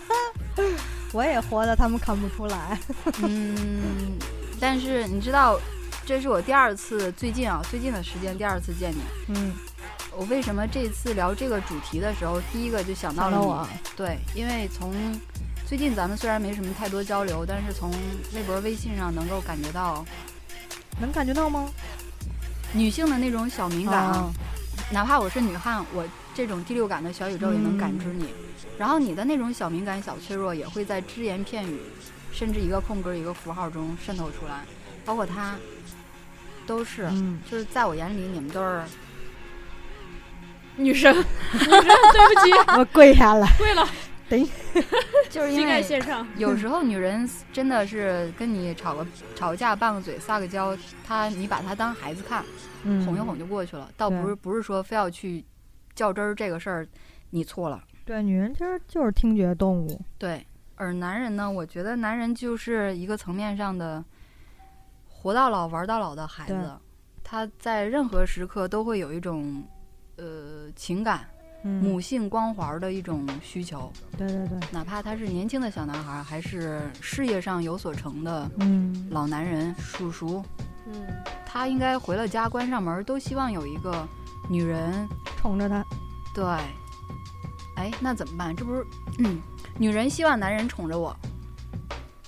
Speaker 4: 嗯，我也活得他们看不出来。
Speaker 3: 嗯， [LAUGHS] 但是你知道，这是我第二次最近啊，最近的时间第二次见你。
Speaker 4: 嗯，
Speaker 3: 我为什么这次聊这个主题的时候，第一个就想到
Speaker 4: 想
Speaker 3: 了
Speaker 4: 到
Speaker 3: 你？
Speaker 4: 我，
Speaker 3: 对，因为从最近咱们虽然没什么太多交流，但是从微博、微信上能够感觉到
Speaker 4: 能感觉到吗？
Speaker 3: 女性的那种小敏感啊，
Speaker 4: 哦
Speaker 3: 哪怕我是女汉，我这种第六感的小宇宙也能感知你。然后你的那种小敏感、小脆弱，也会在只言片语，甚至一个空格、一个符号中渗透出来，包括他，都是，
Speaker 4: 嗯，
Speaker 3: 就是在我眼里，你们都是
Speaker 5: 女神，女神，对不 [LAUGHS] 起，
Speaker 4: 我跪下了。
Speaker 5: 跪了，
Speaker 3: 就是
Speaker 5: 膝
Speaker 3: 因
Speaker 5: 盖
Speaker 3: 为
Speaker 5: 线上，
Speaker 3: 有时候女人真的是跟你吵个吵个架、拌个嘴、撒个娇，她你把她当孩子看，
Speaker 4: 嗯，
Speaker 3: 哄一哄就过去了，倒不是不是说非要去较真儿这个事儿，你错了。
Speaker 4: 对，女人其实就是听觉动物。
Speaker 3: 对，而男人呢，我觉得男人就是一个层面上的活到老玩到老的孩
Speaker 4: 对
Speaker 3: 子，他在任何时刻都会有一种呃情感
Speaker 4: 嗯
Speaker 3: 母，性光环儿的一种需求，
Speaker 4: 对对对，
Speaker 3: 哪怕他是年轻的小男孩儿，还是事业上有所成的。
Speaker 4: 嗯，
Speaker 3: 老男人叔叔，
Speaker 5: 嗯，
Speaker 3: 他应该回了家，关上门儿，都希望有一个女人。
Speaker 4: 宠着她。
Speaker 3: 对，哎，那怎么办？这不是，嗯，女人希望男人宠着我，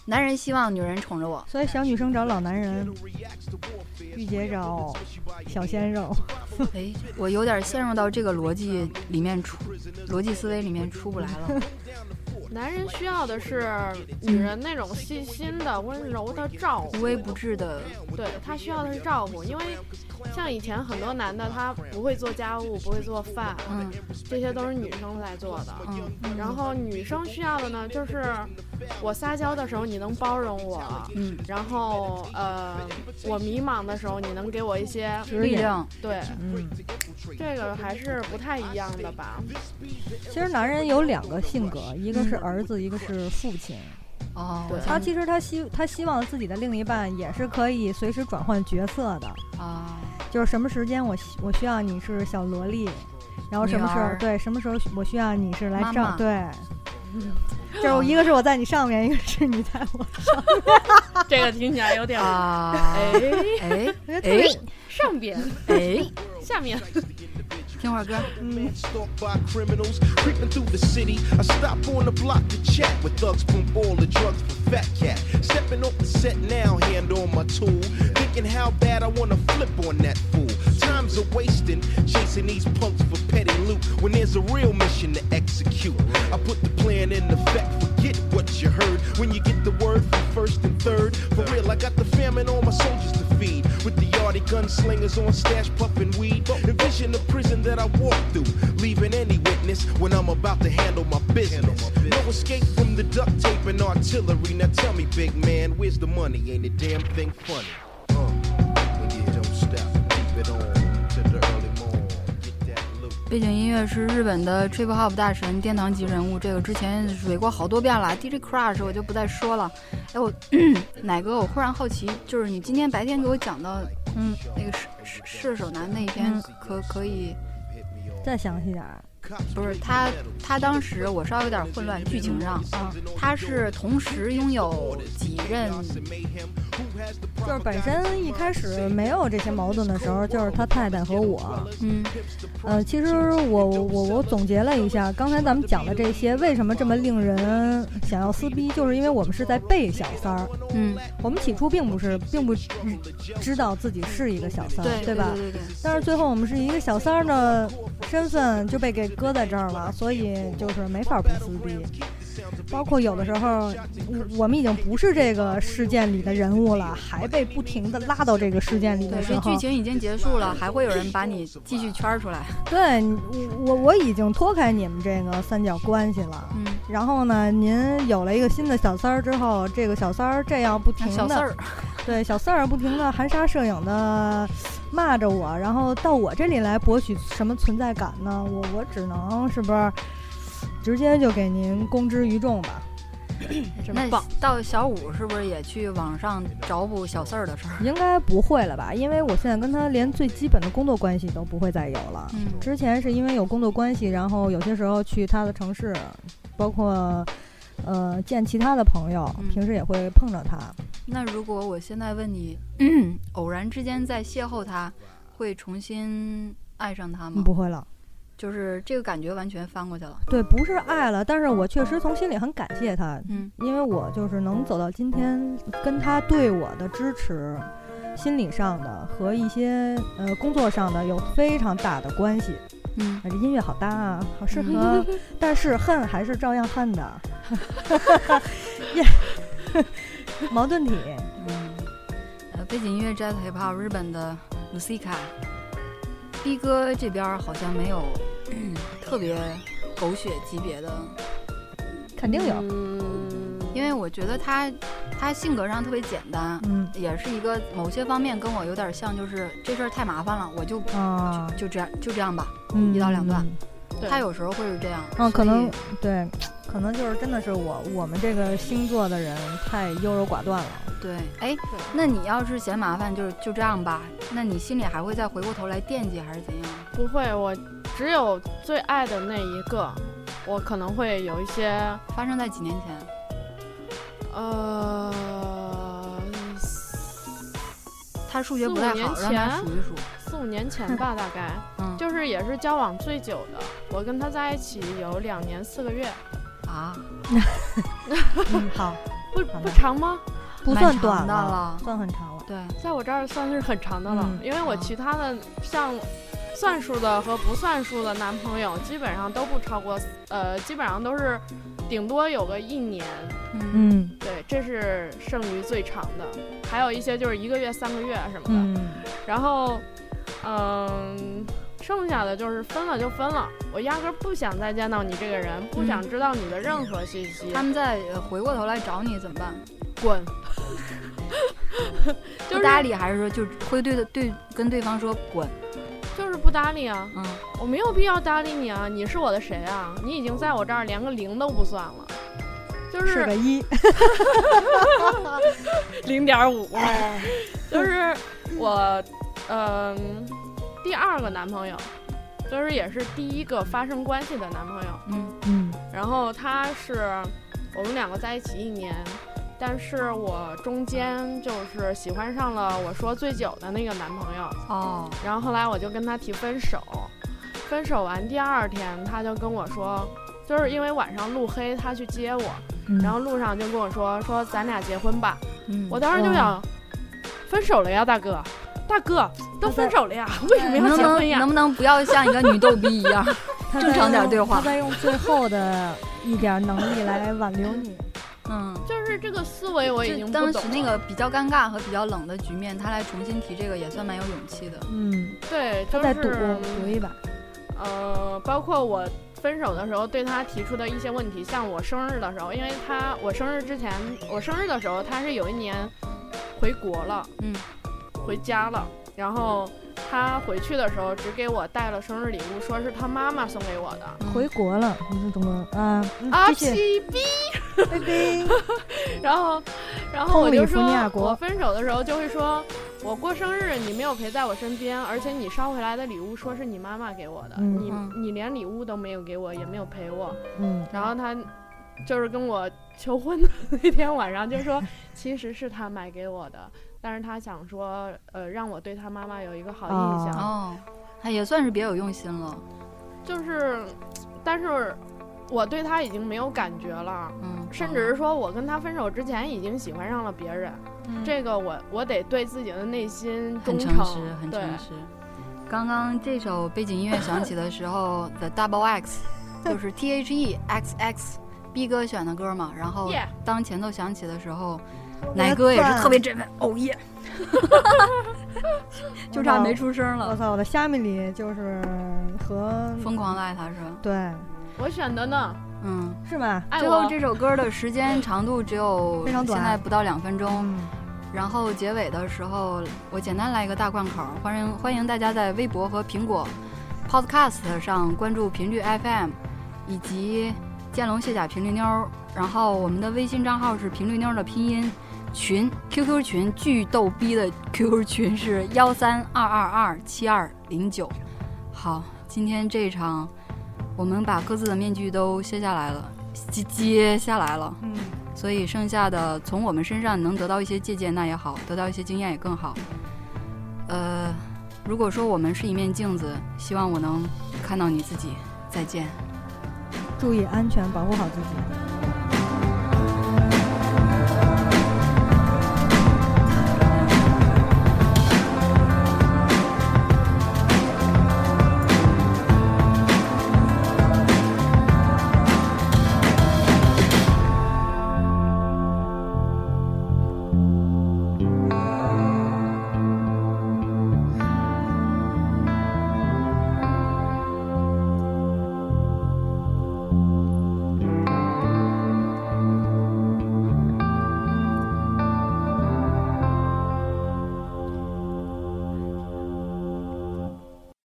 Speaker 3: 男人希望女人宠着我。
Speaker 4: 所以小女生找老男人，御姐找小鲜肉。
Speaker 3: 哎，我有点陷入到这个逻辑里面出，逻辑思维里面出不来了。
Speaker 5: 男人需要的是女人那种细心的、温柔的照顾
Speaker 3: 无，微不至的，
Speaker 5: 对他需要的是照顾，因为像以前很多男的他不会做家务，不会做饭，
Speaker 3: 嗯
Speaker 5: 这些都是女生在做的。
Speaker 3: 嗯，
Speaker 5: 然后女生需要的呢，就是我撒娇的时候你能包容我，
Speaker 3: 嗯，
Speaker 5: 然后呃，我迷茫的时候你能给我一些
Speaker 3: 力量，
Speaker 5: 对，
Speaker 4: 嗯，
Speaker 5: 这个还是不太一样的吧？
Speaker 4: 其实男人有两个性格，一个
Speaker 3: 嗯
Speaker 4: 是儿子，一个是父亲。
Speaker 3: 哦，
Speaker 5: 对
Speaker 4: 他其实他希他希望自己的另一半也是可以随时转换角色的，
Speaker 3: 啊，
Speaker 4: 就是什么时间我需我需要你是小萝莉，然后什么时
Speaker 3: 女
Speaker 4: 候
Speaker 3: 儿
Speaker 4: 对什么时候我需要你是
Speaker 3: [LAUGHS]
Speaker 4: 来
Speaker 3: 妈妈
Speaker 4: 照对，就是一个是我在你上面，一个是你在我，
Speaker 5: [LAUGHS] 这个听起来有点
Speaker 3: 啊，哎
Speaker 5: 哎
Speaker 3: 哎
Speaker 4: 我觉得特别
Speaker 3: 哎
Speaker 5: 上边
Speaker 3: 哎，
Speaker 5: 下面
Speaker 3: 听会儿歌，
Speaker 6: Man stalked by criminals creeping through the city. I stop on the block to chat with thugs pump all the drugs for fat cat. Stepping off the set now, hand on my tool. Thinking how bad I wanna flip on that fool. Times are wasting chasing these punks for petty loot when there's a real mission to execute. I put the plan in effect. Forget what you heard when you get the word from first and third. For real, I got the famine on my soldiers to feed with the yardy gunslingers on stash puffing weed. Envision the prison that I walk through, leaving any witness when I'm about to handle my business. No escape from the duct tape and artillery. Now tell me, big man, where's the money? Ain't a damn thing funny. Uh, well, yeah, don't stop. Keep it on to the early morn. Get that loot.
Speaker 3: 背景音乐是日本的 trip hop 大神殿堂级人物，这个之前蕊过好多遍了，DJ Crush 我就不再说了。哎，我 [CLEARS THROAT] 奶哥，我忽然好奇，就是你今天白天给我讲到，嗯，那个射射射手男那一篇
Speaker 4: 嗯，
Speaker 3: 可可以，
Speaker 4: 再详细点儿
Speaker 3: 不是他，他当时我稍微有点混乱，剧情上，
Speaker 4: 啊，
Speaker 3: 他是同时拥有几任，
Speaker 4: 就是本身一开始没有这些矛盾的时候，就是他太太和我，
Speaker 3: 嗯
Speaker 4: 呃，其实我我我总结了一下，刚才咱们讲的这些，为什么这么令人想要撕逼，就是因为我们是在背小三儿，
Speaker 3: 嗯，
Speaker 4: 我们起初并不是并不嗯知道自己是一个小三儿，
Speaker 3: 对
Speaker 4: 吧？
Speaker 3: 对对对，
Speaker 4: 但是最后我们是一个小三儿的身份就被给搁在这儿了，所以就是没法不撕逼。包括有的时候，我我们已经不是这个事件里的人物了，还被不停的拉到这个事件里的
Speaker 3: 对，
Speaker 4: 时
Speaker 3: 这
Speaker 4: 候
Speaker 3: 剧，情已经结束了，还会有人把你继续圈儿出来，
Speaker 4: 对你我我已经脱开你们这个三角关系了。
Speaker 3: 嗯，
Speaker 4: 然后呢，您有了一个新的小三儿之后，这个小三儿这样不停
Speaker 3: 那小
Speaker 4: 的
Speaker 3: 四儿，
Speaker 4: 对小四儿不停的含沙射影的骂着我，然后到我这里来博取什么存在感呢？我我只能是不是直接就给您公之于
Speaker 3: [CLEARS THROAT]
Speaker 4: 众吧？这么
Speaker 3: 那
Speaker 4: 棒，
Speaker 3: 到小五是不是也去网上找补小四儿的事儿？
Speaker 4: 应该不会了吧？因为我现在跟他连最基本的工作关系都不会再有了。
Speaker 3: 嗯，
Speaker 4: 之前是因为有工作关系，然后有些时候去他的城市，包括呃见其他的朋友，
Speaker 3: 嗯
Speaker 4: 平时也会碰着他。
Speaker 3: 那如果我现在问你，
Speaker 4: 嗯
Speaker 3: 偶然之间再邂逅他，会重新爱上他吗？
Speaker 4: 不，会了。
Speaker 3: 就是这个感觉完全翻过去了。
Speaker 4: 对，不是爱了，但是我确实从心里很感谢他，
Speaker 3: 嗯
Speaker 4: 因为我就是能走到今天，跟他对我的支持，心理上的和一些呃工作上的有非常大的关系。
Speaker 3: 嗯，
Speaker 4: 啊，这音乐好搭啊，好
Speaker 3: [LAUGHS]
Speaker 4: 适合，但是恨还是照样恨的，耶，
Speaker 3: [LAUGHS]
Speaker 4: 矛盾体。
Speaker 3: 嗯，呃，背景音乐 Jazz Hip Hop 日本的 Lucica。逼哥这边儿好像没有、特别狗血级别的，
Speaker 4: 肯定有，
Speaker 5: 嗯
Speaker 3: 因为我觉得他他性格上特别简单，
Speaker 4: 嗯
Speaker 3: 也是一个某些方面跟我有点像，就是这事儿太麻烦了，我就
Speaker 4: 啊，
Speaker 3: 就这样就这样吧。
Speaker 4: 嗯
Speaker 3: 一刀两断，
Speaker 5: 对
Speaker 3: 他有时候会是这样，
Speaker 4: 嗯，可能
Speaker 3: 所以
Speaker 4: 对，可能就是真的是我我们这个星座的人太优柔寡断了。
Speaker 3: [LAUGHS] 对，哎，那你要是嫌麻烦，就是就这样吧，那你心里还会再回过头来惦记，还是怎样？
Speaker 5: 不会，我只有最爱的那一个，我可能会有一些
Speaker 3: 发生在几年前，
Speaker 5: 呃， [LAUGHS]
Speaker 3: 他数学不太
Speaker 5: 四五年
Speaker 3: 好，让
Speaker 5: 前
Speaker 3: 他数一数。
Speaker 5: 四五年前吧，大 [LAUGHS] 概
Speaker 3: 嗯，
Speaker 5: 就是也是交往最久的，我跟他在一起有两年四个月，
Speaker 3: 啊，
Speaker 4: 嗯，好，
Speaker 5: 不
Speaker 4: 好
Speaker 5: 不
Speaker 4: 的
Speaker 5: 长吗？
Speaker 4: 不
Speaker 3: [LAUGHS] 蛮
Speaker 4: 算
Speaker 3: 长
Speaker 4: 短
Speaker 3: 的了
Speaker 4: 算很长了。
Speaker 3: 对，
Speaker 5: 在我这儿算是很长的了，
Speaker 4: 嗯
Speaker 5: 因为我其他的像算数的和不算数的男朋友，基本上都不超过，呃，基本上都是顶多有个一年，
Speaker 3: 嗯
Speaker 4: 嗯
Speaker 5: 对，这是剩余最长的，还有一些就是一个月、三个月什么的，
Speaker 4: 嗯
Speaker 5: 然后，嗯，剩下的就是分了就分了，我压根儿不想再见到你这个人，不想知道你的任何信息，
Speaker 3: 嗯他们再呃回过头来找你怎么办？
Speaker 5: 滚， [LAUGHS] 就
Speaker 3: 不
Speaker 5: 是
Speaker 3: 搭理，还是说就会对的对跟对方说滚？
Speaker 5: 就是不搭理啊。
Speaker 3: 嗯，
Speaker 5: 我没有必要搭理你啊！你是我的谁啊？你已经在我这儿连个零都不算了，就是是
Speaker 3: [LAUGHS]
Speaker 4: 个一，
Speaker 5: 零点五，就是我，嗯、第二个男朋友，就是也是第一个发生关系的男朋友。
Speaker 3: 嗯
Speaker 4: 嗯
Speaker 5: 然后他是我们两个在一起一年，但是我中间就是喜欢上了我说醉酒的那个男朋友，
Speaker 3: 哦，
Speaker 5: 然后后来我就跟他提分手，分手完第二天他就跟我说，就是因为晚上路黑，他去接我，
Speaker 4: 嗯
Speaker 5: 然后路上就跟我说说咱俩结婚吧，
Speaker 3: 嗯
Speaker 5: 我当时就想，分手了呀，大哥，大哥都分手了呀，为什么
Speaker 3: 能
Speaker 5: 要
Speaker 3: 不
Speaker 5: 结婚
Speaker 3: 能
Speaker 5: 呀
Speaker 3: 能？不能不要像一个女逗逼一
Speaker 5: [LAUGHS]
Speaker 3: 样？
Speaker 4: 他
Speaker 3: 正
Speaker 4: 在
Speaker 3: 常点
Speaker 4: 用
Speaker 3: 对话
Speaker 4: 他在用最后的一点能力来挽留
Speaker 3: [LAUGHS]
Speaker 4: 你。
Speaker 3: 嗯。
Speaker 5: 就是这个思维我已经
Speaker 3: 就
Speaker 5: 不
Speaker 3: 当
Speaker 5: 懂
Speaker 3: 时那
Speaker 5: 了
Speaker 3: 个比较尴尬和比较冷的局面，他来重新提这个也算蛮有勇气的。
Speaker 4: 嗯，
Speaker 5: 对，就
Speaker 4: 他
Speaker 5: 是
Speaker 4: 在赌赌一把。
Speaker 5: 呃，包括我分手的时候对他提出的一些问题，像我生日的时候，因为他我生日之前，我生日的时候他是有一年回国了，
Speaker 3: 嗯，
Speaker 5: 回家了，然后他回去的时候只给我带了生日礼物，说是他妈妈送给我的。
Speaker 3: 嗯
Speaker 4: 回国了，你是中国人啊？嗯
Speaker 5: 啊
Speaker 4: 继续，
Speaker 5: 屁逼！
Speaker 4: 拜拜。
Speaker 3: [LAUGHS]
Speaker 5: 然后，然后我
Speaker 4: 通利
Speaker 5: 就说
Speaker 4: 福尼亚，国
Speaker 5: 我分手的时候就会说，我过生日你没有陪在我身边，而且你捎回来的礼物说是你妈妈给我的，
Speaker 4: 嗯
Speaker 3: 嗯
Speaker 5: 你你连礼物都没有给我，也没有陪我。
Speaker 4: 嗯，
Speaker 5: 然后他就是跟我求婚的 [LAUGHS] 那天晚上就
Speaker 3: [LAUGHS]
Speaker 5: 说，其实是他买给我的，但是他想说，呃，让我对他妈妈有一个好印象，
Speaker 3: 哦，他也算是别有用心了。
Speaker 5: 就是，但是我对他已经没有感觉了。
Speaker 3: 嗯，
Speaker 5: 甚至是说，我跟他分手之前已经喜欢上了别人，这个我我得对自己的内心忠
Speaker 3: 嗯很
Speaker 5: 诚，
Speaker 3: 诚实，很
Speaker 5: 对
Speaker 3: 诚实。刚刚这首背景音乐响起的时候，The Double
Speaker 5: [LAUGHS]
Speaker 3: X 就是 T H E X X B 哥选的歌嘛。然后
Speaker 5: Yeah
Speaker 3: 当前奏响起的时候，奶哥也是特别振奋，哦耶！就差没出声
Speaker 4: 我
Speaker 3: 了，
Speaker 4: 操，我的虾米里就是和
Speaker 3: 疯狂的爱他是吧？
Speaker 4: 对，
Speaker 5: 我选的呢，
Speaker 3: 嗯。
Speaker 4: 是吧？
Speaker 5: 爱
Speaker 3: 最后
Speaker 5: 我
Speaker 3: 这首歌的时间长度只有
Speaker 4: 非常短
Speaker 3: 现在不到两分钟。
Speaker 4: 嗯，
Speaker 3: 然后结尾的时候，我简单来一个大贯口，欢迎欢迎大家在微博和苹果 Podcast 上关注频率 FM，以及剑龙卸甲频率妞儿。然后我们的微信账号是频率妞儿的拼音群，QQ 群巨逗逼的 QQ 群是幺三二二二七二零九。好，今天这一场我们把各自的面具都卸下来了，揭揭下来了。
Speaker 4: 嗯，
Speaker 3: 所以剩下的从我们身上能得到一些借鉴，那也好，得到一些经验也更好。呃，如果说我们是一面镜子，希望我能看到你自己。再见。
Speaker 4: 注意安全，保护好自己。